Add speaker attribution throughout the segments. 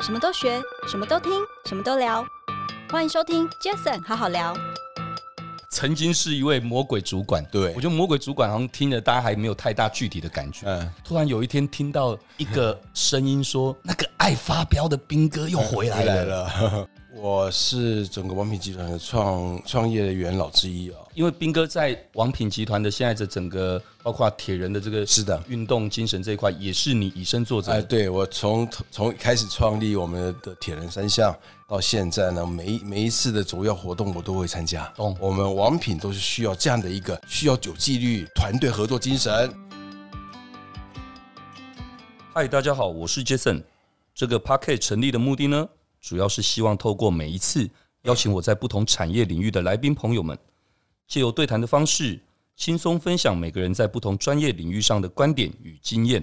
Speaker 1: 什么都学，什么都听，什么都聊。欢迎收听 Jason 好好聊。
Speaker 2: 曾经是一位魔鬼主管，
Speaker 3: 对
Speaker 2: 我觉得魔鬼主管好像听着大家还没有太大具体的感觉。
Speaker 3: 嗯，
Speaker 2: 突然有一天听到一个声音说，那个爱发飙的兵哥又回来
Speaker 3: 回来
Speaker 2: 了。
Speaker 3: 了。 我是整个王品集团的创创业元老之一哦。
Speaker 2: 因为兵哥在王品集团的现在的整个，包括铁人的这个
Speaker 3: 是的
Speaker 2: 运动精神这一块，也是你以身作则。
Speaker 3: 哎，对我从从开始创立我们的铁人三项到现在呢，每一每一次的主要活动我都会参加。
Speaker 2: 懂
Speaker 3: 我们王品都是需要这样的一个需要有纪律、团队合作精神。
Speaker 2: 嗨，大家好，我是 Jason。这个 p a c k e t 成立的目的呢，主要是希望透过每一次邀请我在不同产业领域的来宾朋友们，借由对谈的方式，轻松分享每个人在不同专业领域上的观点与经验。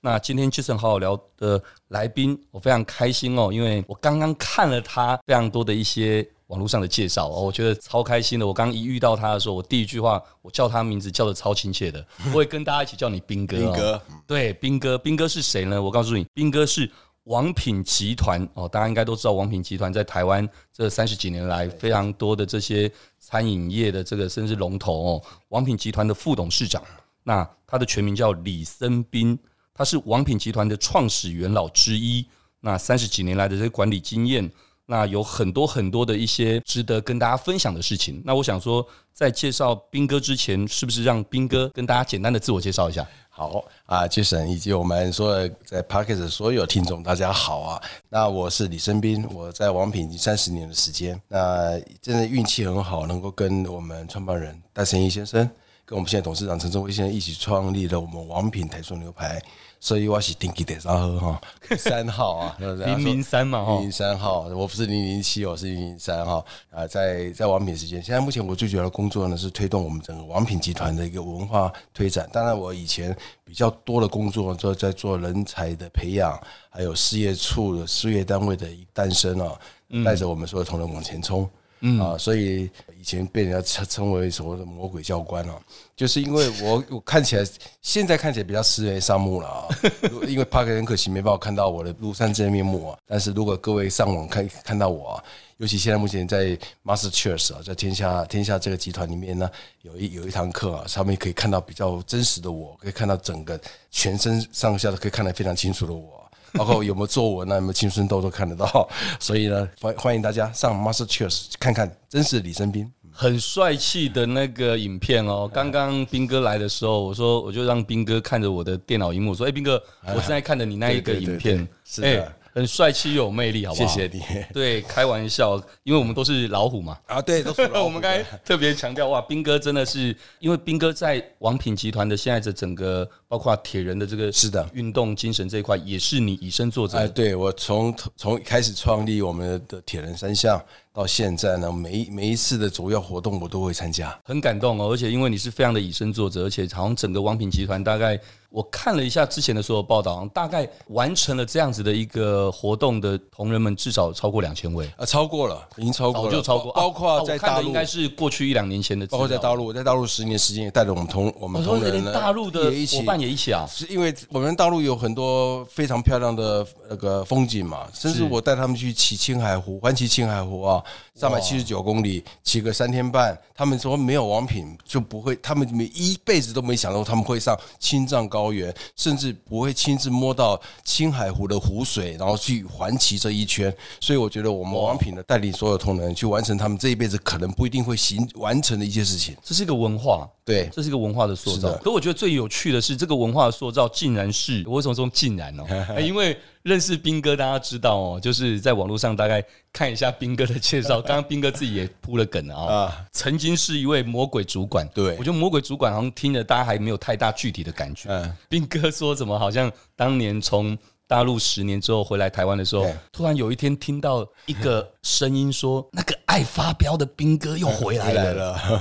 Speaker 2: 那今天 Jason 好好聊的来宾，我非常开心哦，因为我刚刚看了他非常多的一些网络上的介绍哦，我觉得超开心的。我刚一遇到他的时候，我第一句话我叫他名字叫的超亲切的，我也跟大家一起叫你斌哥、哦。
Speaker 3: 斌哥，
Speaker 2: 对，斌哥，斌哥是谁呢？我告诉你，斌哥是王品集团哦，大家应该都知道，王品集团在台湾这三十几年来非常多的这些餐饮业的这个甚至龙头哦，王品集团的副董事长，那他的全名叫李森斌，他是王品集团的创始元老之一。那三十几年来的这些管理经验，那有很多很多的一些值得跟大家分享的事情。那我想说，在介绍斌哥之前，是不是让斌哥跟大家简单的自我介绍一下？
Speaker 3: 好啊，Jason 以及我们所有在 Parkes 的所有听众，大家好啊！那我是李生斌，我在王品已经三十年的时间，那真的运气很好，能够跟我们创办人戴胜义先生，跟我们现在董事长陈忠威先生一起创立了我们王品台中牛排，所以我是顶级的三号哈，三号 啊，对不对
Speaker 2: 零零三嘛，
Speaker 3: 零
Speaker 2: 哈
Speaker 3: 零，三号，我不是零零七，我是零零三号啊，在在王品时间，现在目前我最主要的工作呢是推动我们整个王品集团的一个文化推展。当然，我以前比较多的工作都在做人才的培养，还有事业处的事业单位的一诞生啊，
Speaker 2: 嗯
Speaker 3: 带着我们所有同仁往前冲。嗯啊，所以以前被人家称称为所谓的魔鬼教官哦、就是因为我我看起来现在看起来比较思维上目了啊、 如因为帕克很可惜没办法看到我的庐山真面目啊。但是如果各位上网看看到我、啊，尤其现在目前在 Master Chairs 啊，在天下天下这个集团里面呢，有一有一堂课啊，上面可以看到比较真实的我，可以看到整个全身上下都可以看得非常清楚的我啊、包括有没有皱纹啊，有没有青春痘都看得到。 所以呢，欢欢迎大家上 Master Chairs 看看真实的李生斌。
Speaker 2: 很帅气的那个影片
Speaker 3: 哎
Speaker 2: 哦。刚刚斌哥来的时候，我说我就让斌哥看着我的电脑荧幕，我说：“哎，斌哥，我正在看着你那一个
Speaker 3: 对对对
Speaker 2: 影片
Speaker 3: 对，是的
Speaker 2: 哎，很帅气又有魅力，好不
Speaker 3: 谢
Speaker 2: 好？”
Speaker 3: 谢。你
Speaker 2: 对，开玩笑，因为我们都是老虎 嘛。
Speaker 3: 啊，对，都是
Speaker 2: 我们刚才特别强调，哇，斌哥真的是，因为斌哥在王品集团的现在的整个，包括铁人的这个
Speaker 3: 是的
Speaker 2: 运动精神这一块，也是你以身作则
Speaker 3: 哎，。对我从从开始创立我们的铁人三项到现在呢，每一每一次的主要活动我都会参加。
Speaker 2: 很感动哦，而且因为你是非常的以身作则，而且好像整个王品集团大概我看了一下之前的所有报道，好像大概完成了这样子的一个活动的同仁们至少超过两千位，
Speaker 3: 啊，超过了，已经超过
Speaker 2: 早
Speaker 3: 了，
Speaker 2: 就超过，
Speaker 3: 包包
Speaker 2: 啊
Speaker 3: 括
Speaker 2: 我
Speaker 3: 在
Speaker 2: 看
Speaker 3: 大
Speaker 2: 的
Speaker 3: 陆，
Speaker 2: 应该是过去一两年前的资
Speaker 3: 包
Speaker 2: 料，哦
Speaker 3: 括在大陆，我在大陆十年时间也带着我们同我们
Speaker 2: 我说
Speaker 3: 同仁
Speaker 2: 连
Speaker 3: 呢，
Speaker 2: 大陆的
Speaker 3: 也一起
Speaker 2: 伙伴也一起啊，
Speaker 3: 是因为我们大陆有很多非常漂亮的那个风景嘛，甚至我带他们去骑青海湖，环骑青海湖啊，三百七十九公里，骑个三天半。他们说没有王品就不会，他们每一辈子都没想到他们会上青藏高原，甚至不会亲自摸到青海湖的湖水，然后去环骑这一圈。所以我觉得我们王品呢，带领所有同仁去完成他们这一辈子可能不一定会行完成的一些事情。
Speaker 2: 这是一个文化。
Speaker 3: 对，
Speaker 2: 这是一个文化的塑造
Speaker 3: 是的，
Speaker 2: 可我觉得最有趣的是，这个文化的塑造竟然是我为什么说竟然 哦？哎因为认识斌哥，大家知道哦，就是在网络上大概看一下斌哥的介 绍，刚刚斌哥自己也铺了梗了啊、
Speaker 3: 啊
Speaker 2: 曾经是一位魔鬼主管，
Speaker 3: 对
Speaker 2: 我觉得魔鬼主管好像听着大家还没有太大具体的感觉。
Speaker 3: 嗯
Speaker 2: 斌哥说怎么好像当年从大陆十年之后回来台湾的时候
Speaker 3: 对，
Speaker 2: 突然有一天听到一个声音说，那个爱发飙的斌哥又回来了。
Speaker 3: 回来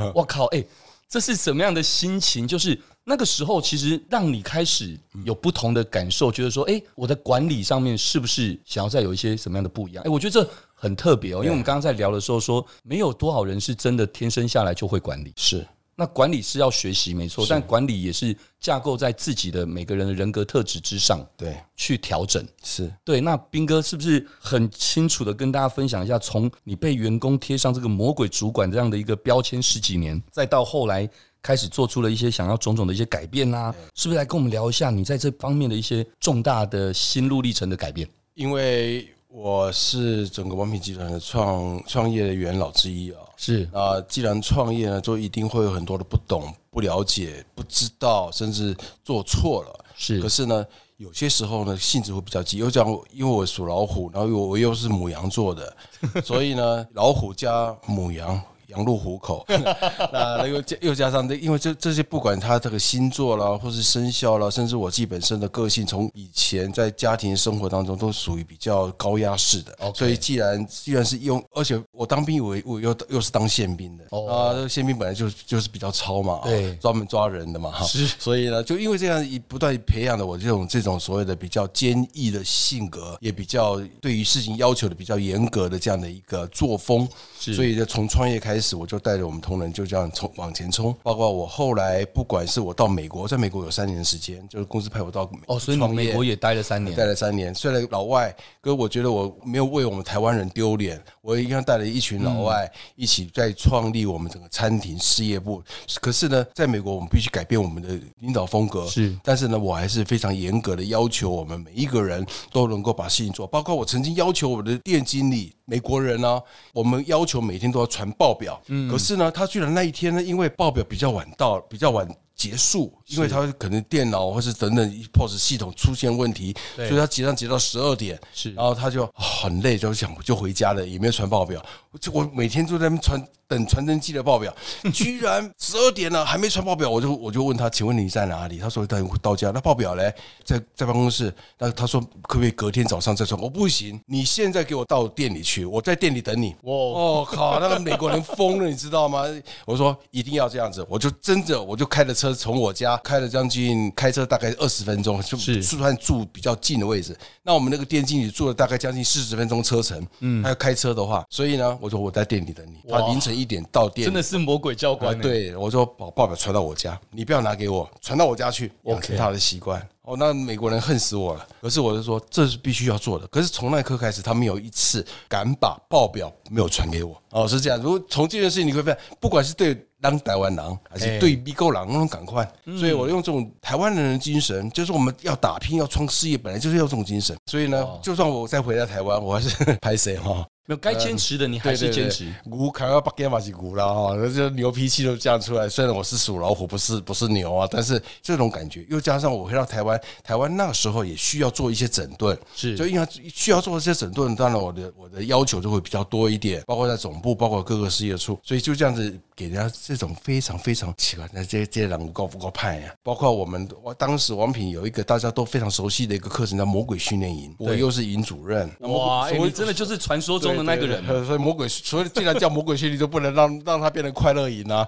Speaker 3: 了
Speaker 2: 我靠，哎、这是什么样的心情？就是那个时候，其实让你开始
Speaker 3: 嗯
Speaker 2: 有不同的感受，觉得说，哎、我的管理上面是不是想要再有一些什么样的不一样？哎、我觉得这很特别哦，因为我们刚刚在聊的时候说，没有多少人是真的天生下来就会管理。
Speaker 3: 是
Speaker 2: 那管理是要学习，没错，
Speaker 3: 是
Speaker 2: 但管理也是架构在自己的每个人的人格特质之上
Speaker 3: 对，
Speaker 2: 去调整。
Speaker 3: 是
Speaker 2: 对，那斌哥是不是很清楚的跟大家分享一下，从你被员工贴上这个魔鬼主管这样的一个标签十几年，再到后来开始做出了一些想要种种的一些改变啦、是不是来跟我们聊一下你在这方面的一些重大的心路历程的改变？
Speaker 3: 因为我是整个王品集团的创创业的元老之一啊、
Speaker 2: 是
Speaker 3: 啊，既然创业呢，就一定会有很多的不懂、不了解、不知道，甚至做错了。
Speaker 2: 是
Speaker 3: 可是呢，有些时候呢，性子会比较急。又讲，因为我属老虎，然后我我又是母羊座的， 所以呢，老虎加母羊。羊入虎口， 那又加又加上这，因为这这些不管他这个星座啦，或是生肖啦，甚至我自己本身的个性，从以前在家庭生活当中都属于比较高压式的
Speaker 2: OK
Speaker 3: 所以既然既然是用，而且我当兵我也我又又是当宪兵的
Speaker 2: 哦
Speaker 3: 啊，这个宪兵本来就就是比较糙嘛，
Speaker 2: 对
Speaker 3: 专门抓人的嘛哈，
Speaker 2: 是
Speaker 3: 所以呢，就因为这样一不断培养了我这种这种所谓的比较坚毅的性格，也比较对于事情要求的比较严格的这样的一个作风，
Speaker 2: 是
Speaker 3: 所以呢，从创业开始，我就带着我们同仁就这样冲往前冲，包括我后来不管是我到美国，在美国有三年的时间，就是公司派我到美
Speaker 2: 哦，所以你
Speaker 3: 创业
Speaker 2: 美国也待了三年
Speaker 3: 带，了三年，虽然老外，可是我觉得我没有为我们台湾人丢脸，我一样带了一群老外
Speaker 2: 嗯
Speaker 3: 一起在创立我们整个餐厅事业部。可是呢，在美国我们必须改变我们的领导风格，
Speaker 2: 是
Speaker 3: 但是呢，我还是非常严格的要求我们每一个人都能够把事情做，包括我曾经要求我的店经理。美国人啊，我们要求每天都要传报表，
Speaker 2: 嗯
Speaker 3: 可是呢，他居然那一天呢，因为报表比较晚到，比较晚结束，因为他可能电脑或是等等 POS 系统出现问题，所
Speaker 2: 对
Speaker 3: 以他结账结到十二点，
Speaker 2: 是
Speaker 3: 然后他就很累，就想就回家了，也没有传报表。就我每天就在那边传等传真机的报 表，居然十二点了还没传报表，我就我就问他，请问你在哪里？他说在到家。那报表嘞，在在办公室。那他说可不可以隔天早上再传？我不行，你现在给我到店里去，我在店里等你。 哦靠，那个美国人疯了，你知道吗？我说一定要这样子，我就真的我就开着车从我家开了将近开车大概二十分钟，就是就算住比较近的位置。那我们那个店经理住了大概将近四十分钟车程，嗯，他要开车的话，所以呢，我说我在店里等你。他
Speaker 2: 哇
Speaker 3: 凌晨一点到店里，
Speaker 2: 真的是魔鬼教
Speaker 3: 啊，
Speaker 2: 官、，欸
Speaker 3: 对，我说把报表传到我家，你不要拿给我，传到我家去，养
Speaker 2: OK
Speaker 3: 成他的习惯。哦，那美国人恨死我了。可是我就说这是必须要做的。可是从那一刻开始，他没有一次敢把报表没有传给我。哦，是这样。如果从这件事情你会发现，不管是对当台湾狼还
Speaker 2: 哎嗯
Speaker 3: 是对米狗狼，那种赶快。所以我用这种台湾人的精神，就是我们要打拼、要创事业，本来就是要这种精神。所以呢
Speaker 2: 哦，
Speaker 3: 就算我再回到台湾，我还是 拍谁哈。
Speaker 2: 没有该坚持的你还是坚持。
Speaker 3: 对对对牛扛到八竿嘛是牛啦哈，哦那这牛脾气都这样出来。虽然我是属老虎，不是不是牛啊，但是这种感觉，又加上我回到台湾，台湾那时候也需要做一些整顿，
Speaker 2: 是
Speaker 3: 就因为需要做一些整顿，当然我的我的要求就会比较多一点，包括在总部，包括各个事业处，所以就这样子给人家这种非常非常奇怪，那这这些人够不够派呀？包括我们我当时王品有一个大家都非常熟悉的一个课程叫魔鬼训练营，我
Speaker 2: 对
Speaker 3: 又是营主任，那魔鬼
Speaker 2: 哇，哎
Speaker 3: 所谓
Speaker 2: 你真的就是传说中的那个人啊
Speaker 3: 对对对所以魔鬼，所以既然叫魔鬼训练，就不能让让他变成快乐营 啊。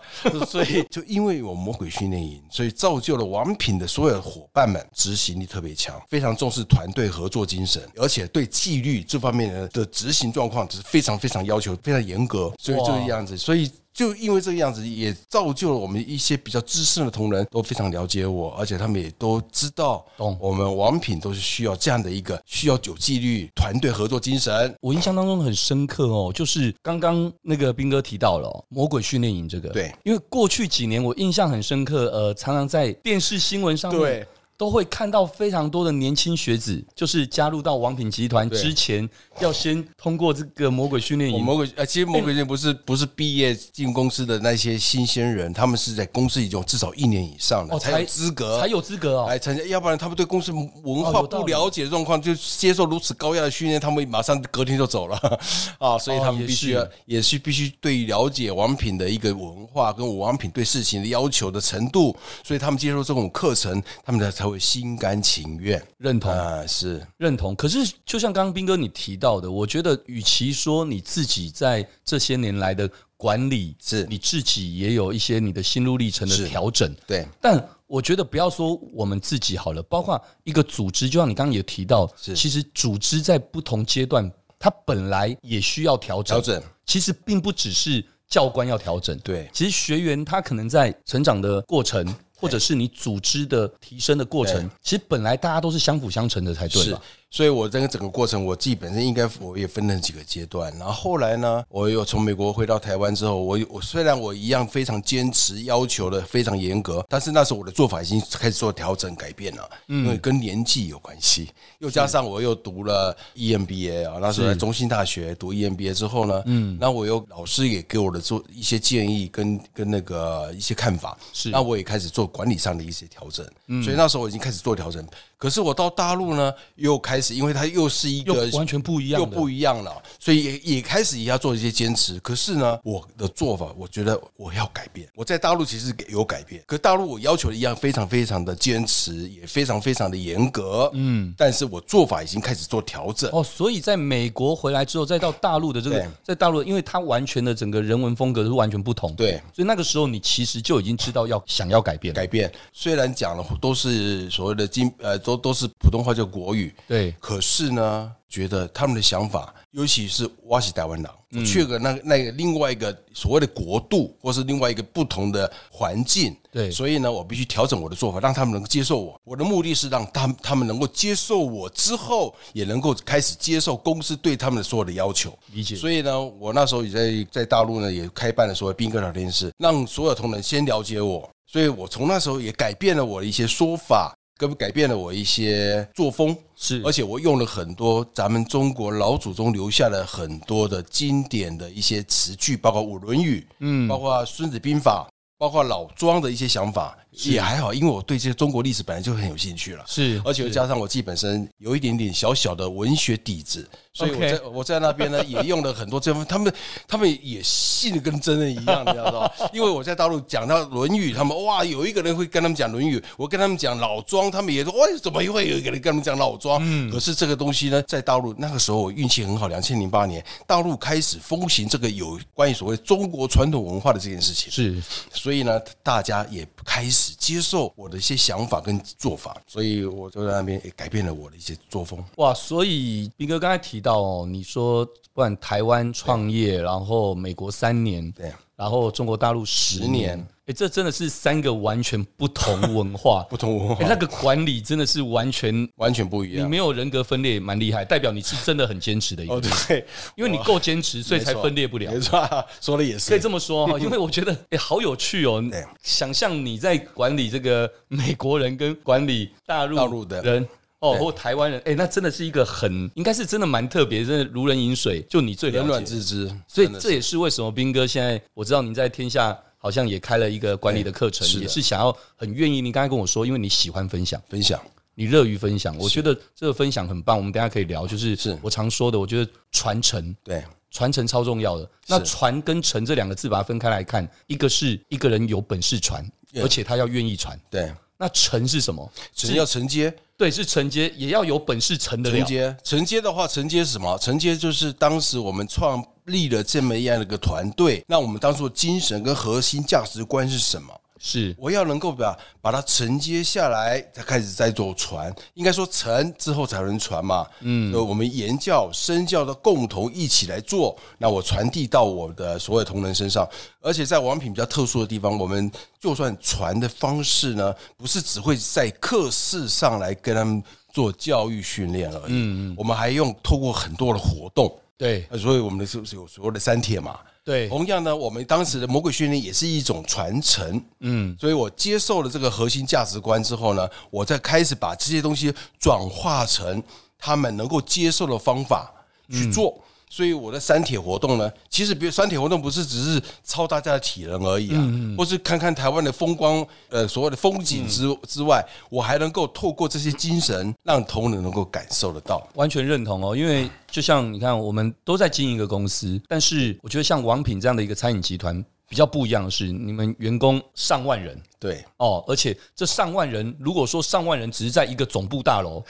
Speaker 3: 所以就因为有魔鬼训练营，所以造就了王品的所有的伙伴们执行力特别强，非常重视团队合作精神，而且对纪律这方面的的执行状况只是非常非常要求，非常严格。所以
Speaker 2: 哇
Speaker 3: 这个样子，所以。就因为这个样子，也造就了我们一些比较资深的同仁都非常了解我，而且他们也都知道，
Speaker 2: 懂
Speaker 3: 我们王品都是需要这样的一个需要有纪律、团队合作精神，
Speaker 2: 我印象当中很深刻哦，就是刚刚那个斌哥提到了、哦、魔鬼训练营这个，
Speaker 3: 对，
Speaker 2: 因为过去几年我印象很深刻，呃，常常在电视新闻上面
Speaker 3: 对
Speaker 2: 都会看到非常多的年轻学子，就是加入到王品集团
Speaker 3: 对
Speaker 2: 之前，要先通过这个魔鬼训练
Speaker 3: 我
Speaker 2: 营，
Speaker 3: 魔鬼呃，
Speaker 2: 哎
Speaker 3: 其实魔鬼人不是不是毕业进公司的那些新鲜人，他们是在公司已经有至少一年以上了，
Speaker 2: 哦
Speaker 3: 才
Speaker 2: 才
Speaker 3: 有资格
Speaker 2: 才有资格哦
Speaker 3: 来。参加，要不然他们对公司文
Speaker 2: 哦
Speaker 3: 化
Speaker 2: 有道
Speaker 3: 不
Speaker 2: 理
Speaker 3: 了解的状况，就接受如此高压的训练，他们马上隔天就走了 啊，所以
Speaker 2: 哦
Speaker 3: 他们
Speaker 2: 也
Speaker 3: 必须
Speaker 2: 是
Speaker 3: 要也是必须对了解王品的一个文化跟王品对事情的要求的程度，所以他们接受这种课程，他们才才会心甘情愿
Speaker 2: 认同、
Speaker 3: 啊，是
Speaker 2: 认同，可是就像刚刚斌哥你提到的，我觉得与其说你自己在这些年来的管理，
Speaker 3: 是
Speaker 2: 你自己也有一些你的心路历程的
Speaker 3: 是
Speaker 2: 调整，
Speaker 3: 对
Speaker 2: 但我觉得不要说我们自己好了，包括一个组织，就像你刚刚也提到，
Speaker 3: 是
Speaker 2: 其实组织在不同阶段，它本来也需要调整。
Speaker 3: 调整
Speaker 2: 其实并不只是教官要调整。
Speaker 3: 对
Speaker 2: 其实学员他可能在成长的过程，或者是你组织的提升的过程
Speaker 3: 对，
Speaker 2: 其实本来大家都是相辅相成的才对
Speaker 3: 是
Speaker 2: 吧？，
Speaker 3: 所以我这个整个过程，我自己本身应该我也分了几个阶段。然后后来呢，我有从美国回到台湾之后，我有我虽然我一样非常坚持要求的非常严格，但是那时候我的做法已经开始做调整改变了，因为跟年纪有关系，又加上我又读了 EMBA 啊，那时候在中兴大学读 E EMBA 之后呢，嗯，那我有老师也给我的做一些建议跟跟那个一些看法，
Speaker 2: 是嗯
Speaker 3: 那我也开始做管理上的一些调整，所以那时候我已经开始做调整。可是我到大陆呢，又开始，因为它又是一
Speaker 2: 又
Speaker 3: 个
Speaker 2: 完全不一样
Speaker 3: 又
Speaker 2: 的
Speaker 3: 不一样了，所以也也开始也要做一些坚持。可是呢，我的做法，我觉得我要改变。我在大陆其实有改变，可大陆我要求的一样非常非常的坚持，也非常非常的严格，嗯，但是我做法已经开始做调整。
Speaker 2: 哦，所以在美国回来之后，再到大陆的这个
Speaker 3: 对，
Speaker 2: 在大陆，因为它完全的整个人文风格是完全不同，
Speaker 3: 对，
Speaker 2: 所以那个时候你其实就已经知道要想要改变了，
Speaker 3: 改变虽然讲了都是所谓的金呃都都是普通话叫国语，
Speaker 2: 对，
Speaker 3: 可是呢，觉得他们的想法，尤其是挖起台湾狼，我去个那个那个另外一个所谓的国度，或是另外一个不同的环境，
Speaker 2: 对
Speaker 3: 所以呢，我必须调整我的做法，让他们能够接受我。我的目的是让他们他们能够接受我之后，也能够开始接受公司对他们的所有的要求。
Speaker 2: 理解
Speaker 3: 所以呢，我那时候也在在大陆呢，也开办了所谓宾客聊天室，让所有同仁先了解我。所以我从那时候也改变了我的一些说法，跟改变了我一些作风。
Speaker 2: 是，
Speaker 3: 而且我用了很多咱们中国老祖宗留下了很多的经典的一些词句，包括《我论语》，
Speaker 2: 嗯
Speaker 3: 包括《孙子兵法》，包括老庄的一些想法，也还好，因为我对这些中国历史本来就很有兴趣了。
Speaker 2: 是，
Speaker 3: 而且又加上我自己本身有一点点小小的文学底子，所以我
Speaker 2: OK
Speaker 3: 在我在那边呢也用了很多这方，他们他们也信得跟真的一样，你知道吗？因为我在大陆讲到《论语》，他们哇有一个人会跟他们讲《论语》，我跟他们讲老庄，他们也说哇怎么会有一个人跟他们讲老庄？
Speaker 2: 嗯
Speaker 3: 可是这个东西呢，在大陆那个时候我运气很好，两千零八年大陆开始风行这个有关于所谓中国传统文化的这件事情，
Speaker 2: 是
Speaker 3: 所以呢，大家也开始接受我的一些想法跟做法，所以我就在那边也改变了我的一些作风。
Speaker 2: 哇，所以斌哥刚才提到哦，你说不然台湾创业，然后美国三年，
Speaker 3: 对，
Speaker 2: 然后中国大陆十
Speaker 3: 十
Speaker 2: 年
Speaker 3: 年，
Speaker 2: 哎，这真的是三个完全不同文化
Speaker 3: 不，同文
Speaker 2: 哎，
Speaker 3: 化
Speaker 2: 那个管理真的是完全。
Speaker 3: 完全不一
Speaker 2: 你
Speaker 3: 样
Speaker 2: 没。有人格分裂，蛮厉害，代表你是真的很坚持的一个
Speaker 3: 哦，
Speaker 2: 人。
Speaker 3: 对，
Speaker 2: 因为你够坚持，所以才分裂不了
Speaker 3: 没。错，说的也
Speaker 2: 可以
Speaker 3: 是。
Speaker 2: 这么说哈，因为我觉得哎、好有趣哦
Speaker 3: 对。
Speaker 2: 想象你在管理这个美国人跟管理大陆
Speaker 3: 大陆的
Speaker 2: 人哦，
Speaker 3: 对
Speaker 2: 或台湾人，哎、那真的是一个很，应该是真的蛮特别，真的如人饮水，就你最
Speaker 3: 冷
Speaker 2: 了
Speaker 3: 暖
Speaker 2: 解。
Speaker 3: 自知，
Speaker 2: 所以
Speaker 3: 真的是
Speaker 2: 这也是为什么斌哥现在我知道您在天下好像也开了一个管理的课程，
Speaker 3: 对是的
Speaker 2: 也是想要很愿意。您刚才跟我说，因为你喜欢分享。
Speaker 3: 分享
Speaker 2: 你乐于分享，我觉得这个分享很棒。我们等一下可以聊，就是
Speaker 3: 是
Speaker 2: 我常说的，我觉得传承
Speaker 3: 对
Speaker 2: 传承超重要的。那传跟承这两个字，把它分开来看，一个是一个人有本事传，
Speaker 3: Yeah
Speaker 2: 而且他要愿意传。
Speaker 3: 对，
Speaker 2: 那承是什么？
Speaker 3: 只要承接
Speaker 2: 对，是承接，也要有本事承得了
Speaker 3: 承。接承接的话，承接是什么？承接就是当时我们创立了这么样的一个团队，那我们当初的精神跟核心价值观是什么？
Speaker 2: 是
Speaker 3: 我要能够把把它承接下来，才开始在做传，应该说承之后才能传嘛。嗯，我们言教、身教的共同一起来做，那我传递到我的所有同仁身上。而且在王品比较特殊的地方，我们就算传的方式呢，不是只会在课室上来跟他们做教育训练而已，嗯嗯我们还用透过很多的活动，
Speaker 2: 对
Speaker 3: 呃所以我们的是是有所谓的三铁嘛。
Speaker 2: 对
Speaker 3: 同样呢，我们当时的魔鬼训练也是一种传承，
Speaker 2: 嗯，
Speaker 3: 所以我接受了这个核心价值观之后呢，我再开始把这些东西转化成他们能够接受的方法去做。所以我的删帖活动呢，其实别删帖活动不是只是抄大家的体能而已啊，或是看看台湾的风光，呃，所谓的风景之、之外，我还能够透过这些精神，让同仁能够感受得到。
Speaker 2: 完全认同哦，因为就像你看，我们都在经营一个公司，但是我觉得像王品这样的一个餐饮集团比较不一样的是，你们员工上万人，
Speaker 3: 对，
Speaker 2: 哦，而且这上万人，如果说上万人只是在一个总部大楼，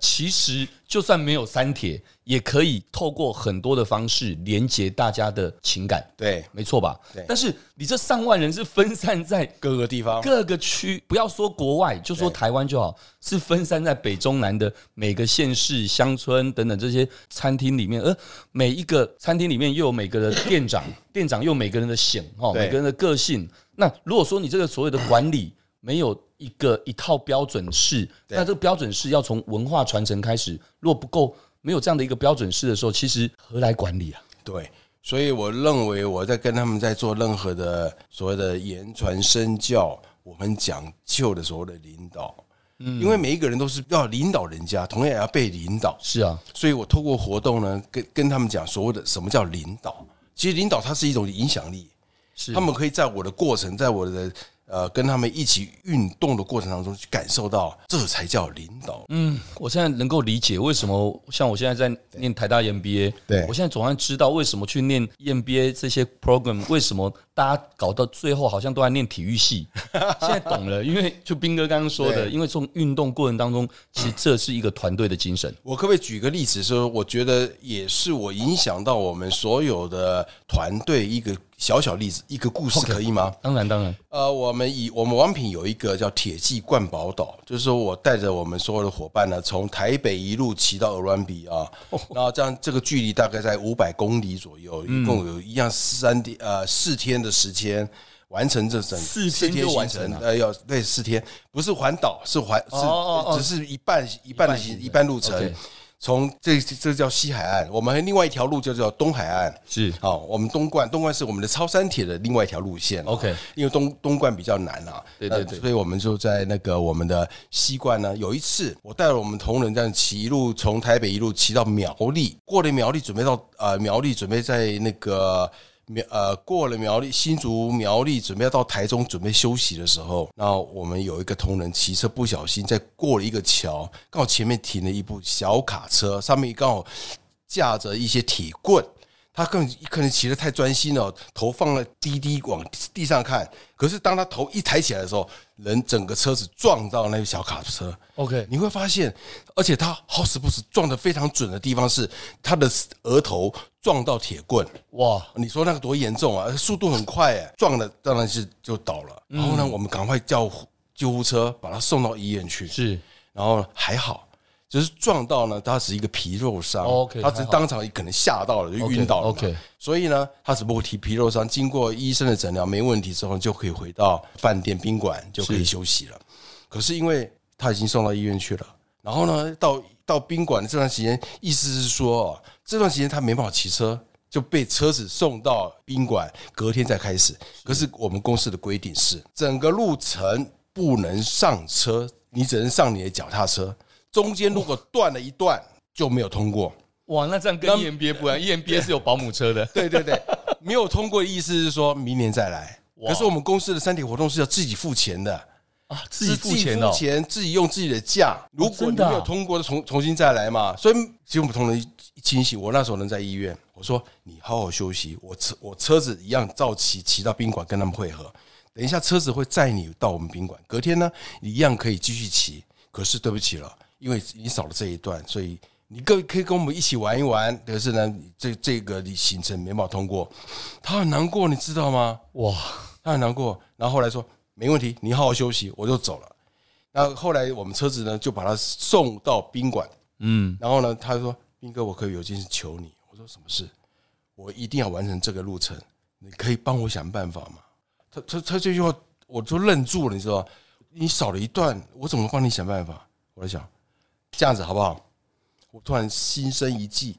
Speaker 2: 其实就算没有三铁，也可以透过很多的方式连接大家的情感，
Speaker 3: 对，
Speaker 2: 没错吧
Speaker 3: 对？
Speaker 2: 但是你这上万人是分散在
Speaker 3: 各个地方，
Speaker 2: 各个区，不要说国外，就说台湾就好，是分散在北中南的每个县市、乡村等等这些餐厅里面，而每一个餐厅里面又有每个的店长，店长又有每个人的性哦，
Speaker 3: 对
Speaker 2: 每个人的个性。那如果说你这个所谓的管理没有一个一套标准式，那这个标准式要从文化传承开始，如果不够。没有这样的一个标准式的时候，其实何来管理啊？
Speaker 3: 对，所以我认为我在跟他们在做任何的所谓的言传身教，我们讲究的所谓的领导，嗯，因为每一个人都是要领导人家，同样也要被领导，
Speaker 2: 是啊，
Speaker 3: 所以我透过活动呢，跟跟他们讲所谓的什么叫领导，其实领导它是一种影响力，
Speaker 2: 是啊
Speaker 3: 他们可以在我的过程，在我的呃跟他们一起运动的过程当中去感受到，这才叫领导。
Speaker 2: 嗯，我现在能够理解为什么像我现在在念台大 MBA，
Speaker 3: 对
Speaker 2: 我现在总算知道为什么去念 MBA 这些 program，为什么大家搞到最后好像都在念体育系， 现在懂了，因为就斌哥刚刚说的，
Speaker 3: 对
Speaker 2: 因为从运动过程当中，其实这是一个团队的精神，
Speaker 3: 我可不可以举个例子说，我觉得也是我影响到我们所有的团队一个小小例子，一个故事，可以吗？
Speaker 2: 当然当然，
Speaker 3: 呃，我们以我们王品有一个叫铁骑冠宝岛，就是说我带着我们所有的伙伴呢，从台北一路骑到鹅銮比啊，
Speaker 2: 哦
Speaker 3: 然后这样这个距离大概在五百公里左右，一共
Speaker 2: 嗯
Speaker 3: 有一样三天呃四天的时间。完成这整
Speaker 2: 四天
Speaker 3: 行
Speaker 2: 就完
Speaker 3: 程
Speaker 2: 成了
Speaker 3: 呃，要对四天，不是环岛，是环是、
Speaker 2: 哦哦哦
Speaker 3: 只是一半一半的行
Speaker 2: 行程
Speaker 3: 一半路程
Speaker 2: OK，
Speaker 3: 从这这叫西海岸，我们另外一条路就叫东海岸，
Speaker 2: 是
Speaker 3: 好，我们东冠，东冠是我们的超山铁的另外一条路线啊。
Speaker 2: OK
Speaker 3: 因为东东冠比较难啊，
Speaker 2: 对对
Speaker 3: 那
Speaker 2: 对
Speaker 3: 所以我们就在那个我们的西冠呢。有一次，我带了我们同仁这样骑，一路从台北一路骑到苗栗，过了苗栗，准备到呃苗栗，准备在那个。苗呃过了苗栗新竹苗栗，准备要到台中准备休息的时候，那我们有一个同仁骑车不小心在过了一个桥，刚好前面停了一部小卡车，上面刚好架着一些铁棍，他更可能骑得太专心了，头放了低低往地上看。可是当他头一抬起来的时候，人整个车子撞到那个小卡车。
Speaker 2: OK
Speaker 3: 你会发现，而且他好死不死撞得非常准的地方是他的额头撞到铁棍。
Speaker 2: 哇，
Speaker 3: 你说那个多严重啊？速度很快哎，撞了当然是就倒了。
Speaker 2: 嗯
Speaker 3: 然后呢，我们赶快叫救护车把他送到医院去。
Speaker 2: 是
Speaker 3: 然后还好，就是撞到呢，他只是一个皮肉伤、
Speaker 2: 哦，OK，
Speaker 3: 他只
Speaker 2: 还
Speaker 3: 是
Speaker 2: 好
Speaker 3: 当场可能吓到了就晕倒了嘛
Speaker 2: OK，OK
Speaker 3: 所以呢，他只不过提皮肉伤，经过医生的诊疗没问题之后，就可以回到饭店宾馆就可以
Speaker 2: 是
Speaker 3: 休息了。可是因为他已经送到医院去了，然后呢，到到宾馆这段时间，意思是说哦这段时间他没办法骑车。就被车子送到宾馆，隔天再开始。可是我们公司的规定是，整个路程不能上车，你只能上你的脚踏车。中间如果断了一段，就没有通过。
Speaker 2: 哇，那这样跟 E EMBA 不然，EMBA 是有保姆车的，
Speaker 3: 对对对，没有通过的意思是说明年再来。
Speaker 2: 哇
Speaker 3: 可是我们公司的三体活动是要自己付钱的，
Speaker 2: 啊，自己付钱
Speaker 3: 自
Speaker 2: 哦
Speaker 3: 己付，钱自己用自己的假。如果
Speaker 2: 真
Speaker 3: 你
Speaker 2: 的啊
Speaker 3: 没有通过，就重重新再来嘛。所以其实我们同仁一清醒，我那时候人在医院，我说你好好休息，我车我车子一样照骑骑到宾馆跟他们会合。等一下车子会载你到我们宾馆，隔天呢你一样可以继续骑。可是对不起了，因为你少了这一段，所以。你跟可以跟我们一起玩一玩，可是呢，你这这个你行程没办法通过，他很难过，你知道吗？
Speaker 2: 哇，
Speaker 3: 他很难过，然后后来说没问题，你好好休息，我就走了。那后来我们车子呢就把他送到宾馆，
Speaker 2: 嗯，
Speaker 3: 然后呢他说斌哥，我可以有件事求你，我说什么事？我一定要完成这个路程，你可以帮我想办法吗？他他他这句话我就愣住了，你知道吗？你少了一段，我怎么帮你想办法？我在想这样子好不好？我突然心生一计，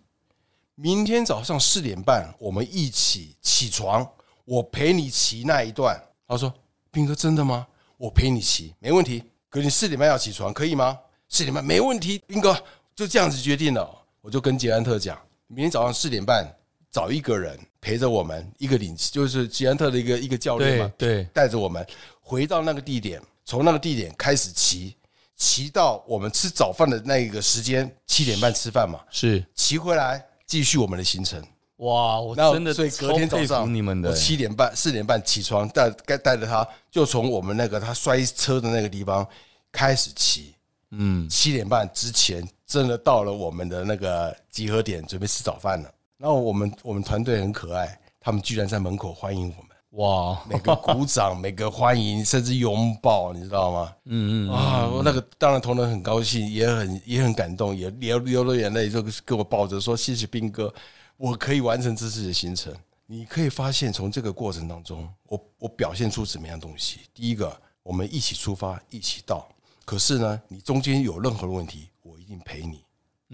Speaker 3: 明天早上四点半，我们一起起床，我陪你骑那一段。他说：“斌哥，真的吗？我陪你骑，没问题。可你四点半要起床，可以吗？四点半没问题，斌哥就这样子决定了。我就跟捷安特讲，明天早上四点半找一个人陪着我们，一个领就是捷安特的一个一个教练嘛，
Speaker 2: 对对
Speaker 3: 带着我们回到那个地点，从那个地点开始骑，骑到我们吃早饭的那一个时间，七点半吃饭嘛。
Speaker 2: 是
Speaker 3: 骑回来继续我们的行程。
Speaker 2: 哇，我
Speaker 3: 那
Speaker 2: 真的
Speaker 3: 所以隔天
Speaker 2: 超
Speaker 3: 早
Speaker 2: 佩服
Speaker 3: 上
Speaker 2: 你们的
Speaker 3: 我七点半四点半起床，带带带着他就从我们那个他摔车的那个地方开始骑，
Speaker 2: 嗯，
Speaker 3: 七点半之前真的到了我们的那个集合点，准备吃早饭了。然后我们我们团队很可爱，他们居然在门口欢迎我们，
Speaker 2: 哇，
Speaker 3: 每个鼓掌，每个欢迎，甚至拥抱，你知道吗？
Speaker 2: 嗯嗯，
Speaker 3: 啊，我那个当然同仁很高兴，也很也很感动，也流流了眼泪，就给我抱着说：“谢谢斌哥，我可以完成这次的行程。”你可以发现，从这个过程当中，我我表现出什么样的东西？第一个，我们一起出发，一起到。可是呢，你中间有任何的问题，我一定陪你。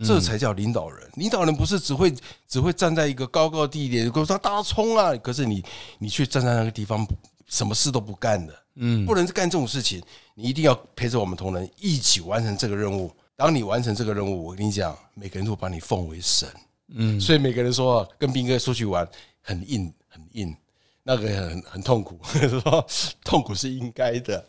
Speaker 3: 这才叫领导人。领导人不是只会只会站在一个高高的地点，跟我说大家冲啊！可是你你却站在那个地方，什么事都不干的，嗯，不能干这种事情。你一定要陪着我们同仁一起完成这个任务。当你完成这个任务，我跟你讲，每个人都会把你奉为神，嗯，所以每个人说跟斌哥出去玩很硬，很硬。那个很很痛苦， 说痛苦是应该的。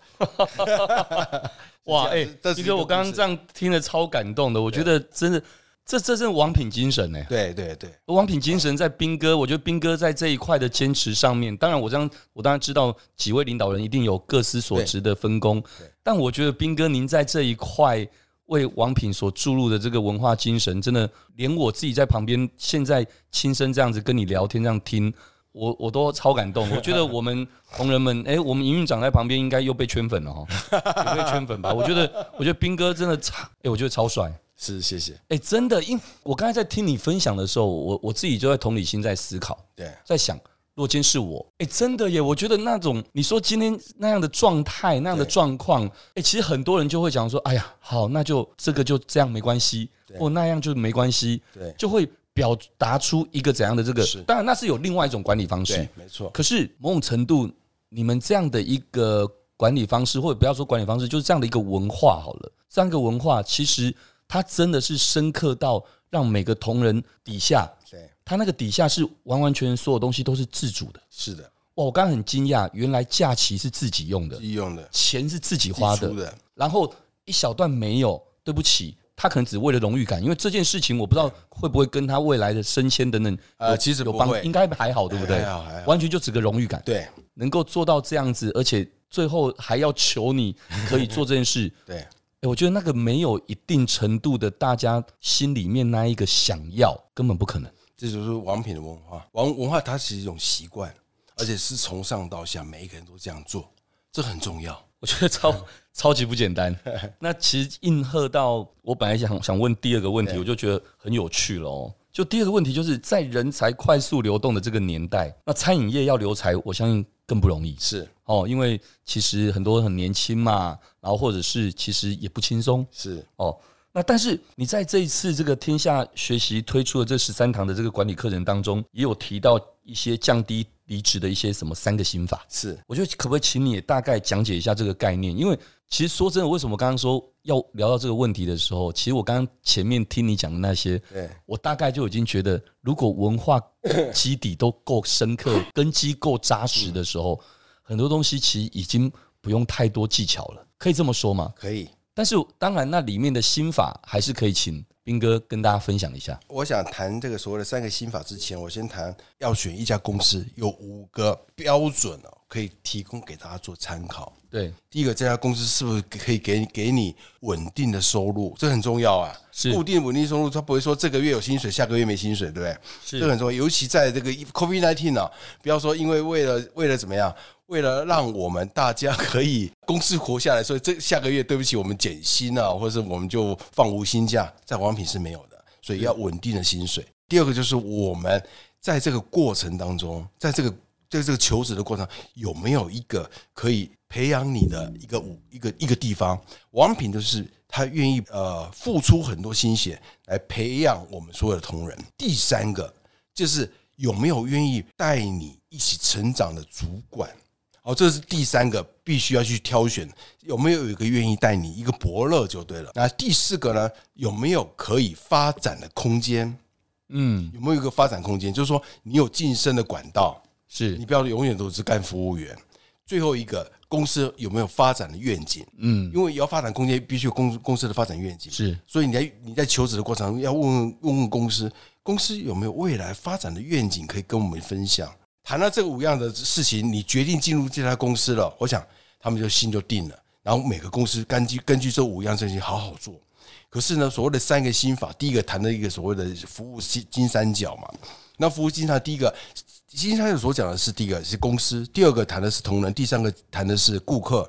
Speaker 2: 哇，
Speaker 3: 这
Speaker 2: 哎
Speaker 3: 样子这，是
Speaker 2: 斌
Speaker 3: 一个
Speaker 2: 哥，我刚刚
Speaker 3: 故事
Speaker 2: 这样听了超感动的，我觉得真的，这这是王品精神呢、欸
Speaker 3: 对对对，
Speaker 2: 王品精神在斌哥，我觉得斌哥在这一块的坚持上面，当然我这样，我当然知道几位领导人一定有各司所职的分工，但我觉得斌哥您在这一块为王品所注入的这个文化精神，真的连我自己在旁边现在亲身这样子跟你聊天这样听。我我都超感动，我觉得我们同仁们，哎、我们营运长在旁边应该又被圈粉了哦，也被圈粉吧？我觉得，我觉得斌哥真的超，哎、我觉得超帅，
Speaker 3: 是谢谢。
Speaker 2: 哎、真的，因我刚才在听你分享的时候，我我自己就在同理心在思考，
Speaker 3: 对，
Speaker 2: 在想，若今天是我，哎、真的耶，我觉得那种你说今天那样的状态、那样的
Speaker 3: 对
Speaker 2: 状况，哎、其实很多人就会讲说，哎呀，好，那就这个就这样没关系，或那样就没关系，
Speaker 3: 对
Speaker 2: 就会表达出一个怎样的这个
Speaker 3: 是，
Speaker 2: 当然那是有另外一种管理方式
Speaker 3: 对，，没错。
Speaker 2: 可是某种程度，你们这样的一个管理方式，或者不要说管理方式，就是这样的一个文化好了。这样一个文化，其实它真的是深刻到让每个同仁底下，
Speaker 3: 对，
Speaker 2: 他那个底下是完完全全所有东西都是自主的。
Speaker 3: 是的，
Speaker 2: 哇，我刚刚很惊讶，原来假期是自己用的，
Speaker 3: 利用的。
Speaker 2: 钱是自己
Speaker 3: 自己
Speaker 2: 花的
Speaker 3: 出，的，
Speaker 2: 然后一小段没有，对不起。他可能只为了荣誉感，因为这件事情我不知道会不会跟他未来的升迁等等
Speaker 3: 呃
Speaker 2: 有
Speaker 3: 其实
Speaker 2: 有
Speaker 3: 不
Speaker 2: 帮
Speaker 3: 会，
Speaker 2: 应该还好，对不对
Speaker 3: 还？好还好。
Speaker 2: 完全就只个荣誉感。
Speaker 3: 对
Speaker 2: 能够做到这样子，而且最后还要求你可以做这件 事，哎
Speaker 3: 对
Speaker 2: 诶我觉得那个没有一定程度的，大家心里面那一个想要，根本不可能。
Speaker 3: 这就是王品的文化。王文化它是一种习惯，而且是从上到下每一个人都这样做，这很重要。
Speaker 2: 我觉得超 超级不简 单。那其实应和到我本来想想问第二个问题，我就觉得很有趣了哦。就第二个问题，就是在人才快速流动的这个年代，那餐饮业要留才，我相信更不容易
Speaker 3: 是
Speaker 2: 哦，因为其实很多很年轻嘛，然后或者是其实也不轻松，
Speaker 3: 是，
Speaker 2: 哦。那但是你在这一次这个天下学习推出的这十三堂的这个管理课程当中，也有提到一些降低离职的一些什么三个心法。
Speaker 3: 是
Speaker 2: 我觉得可不可以请你也大概讲解一下这个概念？因为其实说真的，为什么刚刚说要聊到这个问题的时候，其实我刚刚前面听你讲的那些，
Speaker 3: 对
Speaker 2: 我大概就已经觉得，如果文化基底都够深刻、根基够扎实的时候，很多东西其实已经不用太多技巧了，可以这么说吗？
Speaker 3: 可以。
Speaker 2: 但是当然，那里面的心法还是可以请斌哥跟大家分享一下。
Speaker 3: 我想谈这个所谓的三个心法之前，我先谈要选一家公司有五个标准哦，可以提供给大家做参考。
Speaker 2: 对，
Speaker 3: 第一个，这家公司是不是可以给你给你稳定的收入？这很重要啊。
Speaker 2: 是
Speaker 3: 固定稳定收入，它不会说这个月有薪水，下个月没薪水，对不对？
Speaker 2: 是
Speaker 3: 这很重要。尤其在这个 COVID nineteen 啊，不要说因为为了为了怎么样，为了让我们大家可以公司活下来，所以这下个月对不起，我们减薪啊，或者是我们就放无薪假，在王品是没有的，所以要稳定的薪水。第二个就是我们在这个过程当中，在这个在这个求职的过程，有没有一个可以培养你的一个舞一个一个地方？王品就是他愿意呃付出很多心血来培养我们所有的同仁。第三个就是有没有愿意带你一起成长的主管。哦，这是第三个必须要去挑选，有没有一个愿意带你一个伯乐就对了。那第四个呢，有没有可以发展的空间？
Speaker 2: 嗯，
Speaker 3: 有没有一个发展空间？就是说，你有晋升的管道，
Speaker 2: 是
Speaker 3: 你，不要永远都只干服务员。最后一个，公司有没有发展的愿景？
Speaker 2: 嗯，
Speaker 3: 因为要发展空间，必须有公公司的发展愿景。
Speaker 2: 是，
Speaker 3: 所以你在你在求职的过程中，要问问问问公司，公司有没有未来发展的愿景可以跟我们分享？谈到这五样的事情，你决定进入这家公司了，我想他们就心就定了。然后每个公司根据根据这五样事情好好做。可是呢，所谓的三个心法，第一个谈的一个所谓的服务金金三角嘛。那服务金它第一个金三角所讲的是第一个是公司，第二个谈的是同仁，第三个谈的是顾客。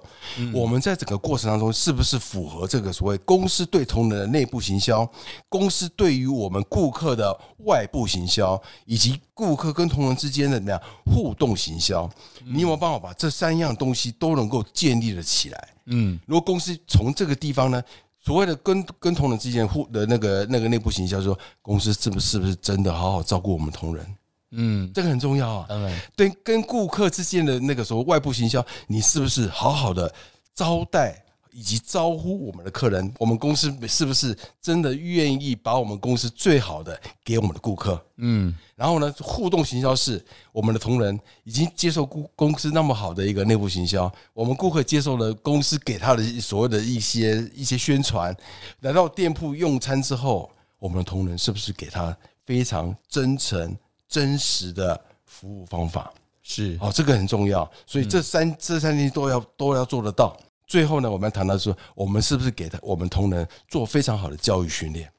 Speaker 3: 我们在整个过程当中是不是符合这个所谓公司对同仁的内部行销，公司对于我们顾客的外部行销，以及顾客跟同仁之间的怎么样互动行销？你有没有办法把这三样东西都能够建立了起来？
Speaker 2: 嗯，
Speaker 3: 如果公司从这个地方呢，所谓的跟跟同仁之间互的那个那个内部行销，说公司是不是是不是真的好好照顾我们同仁，
Speaker 2: 嗯，
Speaker 3: 这个很重要啊。
Speaker 2: 当然，
Speaker 3: 对，跟顾客之间的那个所谓外部行销，你是不是好好的招待？以及招呼我们的客人，我们公司是不是真的愿意把我们公司最好的给我们的顾客？
Speaker 2: 嗯，
Speaker 3: 然后呢，互动行销是我们的同仁已经接受公公司那么好的一个内部行销，我们顾客接受了公司给他的所谓的一些一些宣传，来到店铺用餐之后，我们的同仁是不是给他非常真诚、真实的服务方法？
Speaker 2: 是，
Speaker 3: 哦，这个很重要，所以这三、这三件事都要都要做得到。最后呢，我们要谈到说，我们是不是给他我们同仁做非常好的教育训练？